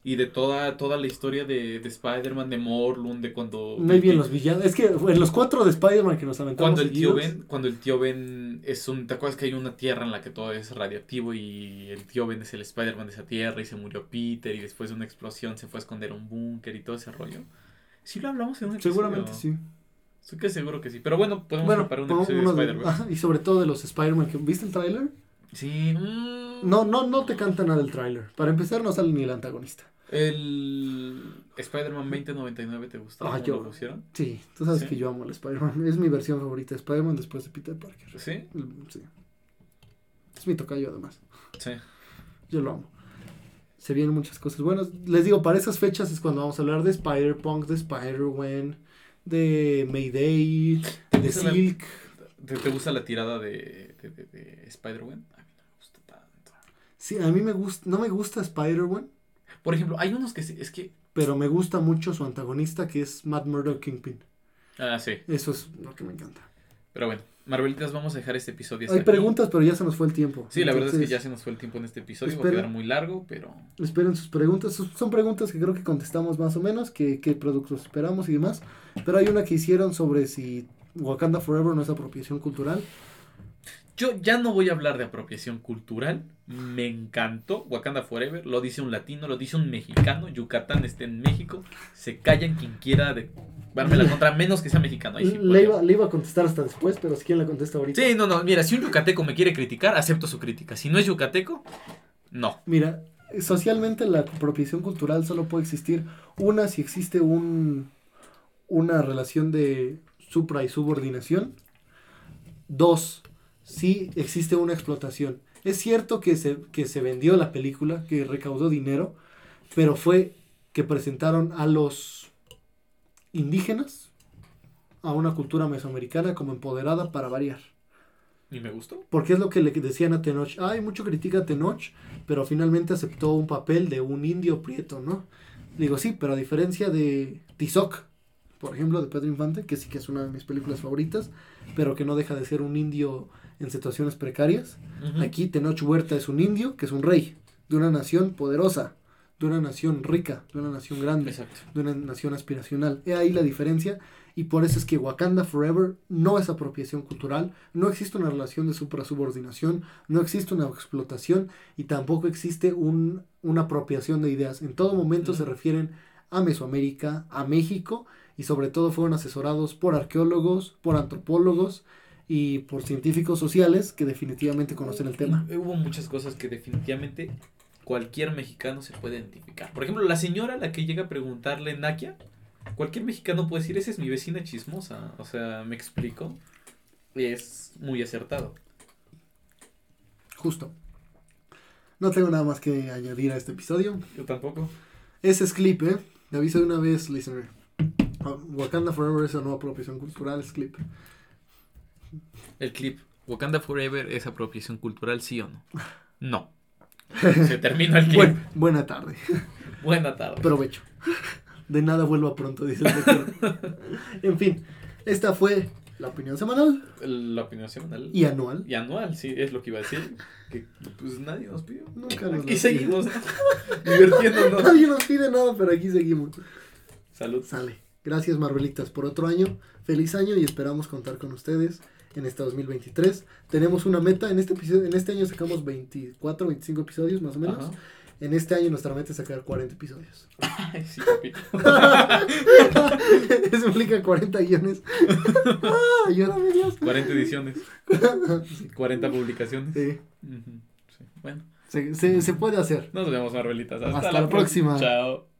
B: Y de toda, toda la historia de, de Spider-Man, de Morlun, de cuando...
A: Maybe en los villanos. Es que en los cuatro de Spider-Man que nos aventamos.
B: Cuando el tío
A: seguidos,
B: Ben, cuando el tío Ben es un, ¿te acuerdas que hay una tierra en la que todo es radioactivo y el tío Ben es el Spider-Man de esa tierra y se murió Peter y después de una explosión se fue a esconder a un búnker y todo ese rollo? Sí lo hablamos en un episodio.
A: Seguramente sí.
B: Estoy que seguro que sí, pero bueno, podemos
A: Bueno,
B: preparar un
A: pon
B: episodio de
A: uno de-
B: Spider-Man.
A: ajá, y sobre todo de los Spider-Man. que- ¿Viste el tráiler?
B: Sí, mm,
A: No, no, no te canta nada el tráiler. Para empezar no sale ni el antagonista.
B: El Spider-Man 2099 te gustó
A: Ah,
B: ¿Cómo
A: yo-
B: lo pusieron?
A: Sí, tú sabes
B: Sí.
A: que yo amo al Spider-Man. Es mi versión favorita de Spider-Man después de Peter Parker.
B: Sí,
A: El- Sí. Es mi tocayo además.
B: sí.
A: Yo lo amo. Se vienen muchas cosas buenas. Les digo, para esas fechas es cuando vamos a hablar de Spider-Punk, de Spider-Wen, de Mayday, de
B: Esa la-
A: Silk.
B: ¿Te, te gusta la tirada de, de, de- de Spider-Man? A mí no me gusta tanto.
A: Sí, a mí me gusta, no me gusta Spider-Wen,
B: Por ejemplo, hay unos que se- es que...
A: pero me gusta mucho su antagonista que es Matt Murdock Kingpin.
B: Ah, sí.
A: Eso es lo que me encanta.
B: Pero bueno, Marvelitas, vamos a dejar este episodio hasta
A: Hay
B: aquí.
A: preguntas, pero ya se nos fue el tiempo.
B: Sí, la verdad es que ya
A: Entonces,
B: se nos fue el tiempo en este episodio, va
A: espero-
B: a quedar muy largo, pero...
A: Esperen sus preguntas. Sus- Son preguntas que creo que contestamos más o menos, que, qué productos esperamos y demás. Pero hay una que hicieron sobre si Wakanda Forever no es apropiación cultural.
B: Yo ya no voy a hablar de apropiación cultural, me encantó Wakanda Forever, lo dice un latino, lo dice un mexicano, Yucatán está en México, se callan quien quiera de... darme la contra, menos que sea mexicano, ahí sí. por
A: le,
B: Dios.
A: iba, le iba a contestar hasta después, pero si quién la contesta ahorita.
B: Sí, no, no, mira, si un yucateco me quiere criticar, acepto su crítica, si no es yucateco, no.
A: Mira, socialmente la apropiación cultural solo puede existir una si existe un, una relación de supra y subordinación. Dos, si existe una explotación. Es cierto que se, que se vendió la película, que recaudó dinero, pero fue que presentaron a los indígenas a una cultura mesoamericana como empoderada para variar.
B: ¿Y me gustó?
A: Porque es lo que le decían a Tenoch. Ay, mucho critica a Tenoch, pero finalmente aceptó un papel de un indio prieto, ¿no? Digo, sí, pero a diferencia de Tizoc, por ejemplo, de Pedro Infante, que sí que es una de mis películas favoritas, pero que no deja de ser un indio en situaciones precarias.
B: Ujú.
A: Aquí Tenoch Huerta es un indio, que es un rey, de una nación poderosa, de una nación rica, de una nación grande
B: Exacto.
A: de una nación aspiracional. He ahí la diferencia y por eso es que Wakanda Forever no es apropiación cultural, no existe una relación de suprasubordinación, no existe una explotación y tampoco existe un- una apropiación de ideas. En todo momento
B: Ujú.
A: se refieren a Mesoamérica, a México y sobre todo fueron asesorados por arqueólogos, por antropólogos y por científicos sociales que definitivamente conocen el tema.
B: Hubo muchas cosas que definitivamente cualquier mexicano se puede identificar. Por ejemplo, la señora a la que llega a preguntarle Nakia, cualquier mexicano puede decir, esa es mi vecina chismosa. O sea, me explico. Es muy acertado.
A: Justo. No tengo nada más que añadir a este episodio.
B: Yo tampoco.
A: Ese es clip, ¿eh? Te aviso de una vez, listener. Ah, Wakanda Forever es la nueva apropiación cultural, es clip.
B: El clip. Wakanda Forever es apropiación cultural, sí o no. <laughs> No. Se terminó el clip.
A: Buen- buena tarde.
B: Buena tarde.
A: Provecho. De nada vuelva pronto, dice el doctor. <laughs> en fin, esta fue la opinión semanal
B: La opinión semanal.
A: y anual.
B: Y anual, sí, es lo que iba a decir. Que pues nadie nos pidió.
A: Nunca nos la
B: Y
A: pide.
B: seguimos
A: <laughs>
B: divirtiéndonos.
A: Nadie nos pide nada, pero aquí seguimos.
B: Salud.
A: Sale. Gracias, Marvelitas, por otro año. Feliz año y esperamos contar con ustedes en este 2023. Tenemos una meta. En este, episodio, en este año sacamos 24, 25 episodios más o menos.
B: Ajá.
A: En este año nuestra meta es sacar 40 episodios.
B: Ay, sí, papi.
A: <laughs> Eso implica 40 guiones. Ah, ayúdame, Dios.
B: 40 ediciones, 40 publicaciones.
A: Sí,
B: Ujú, sí. Bueno,
A: se, se- se puede hacer.
B: nos vemos, Marvelitas. Hasta,
A: Hasta
B: la
A: la
B: próxima.
A: próxima.
B: Chao.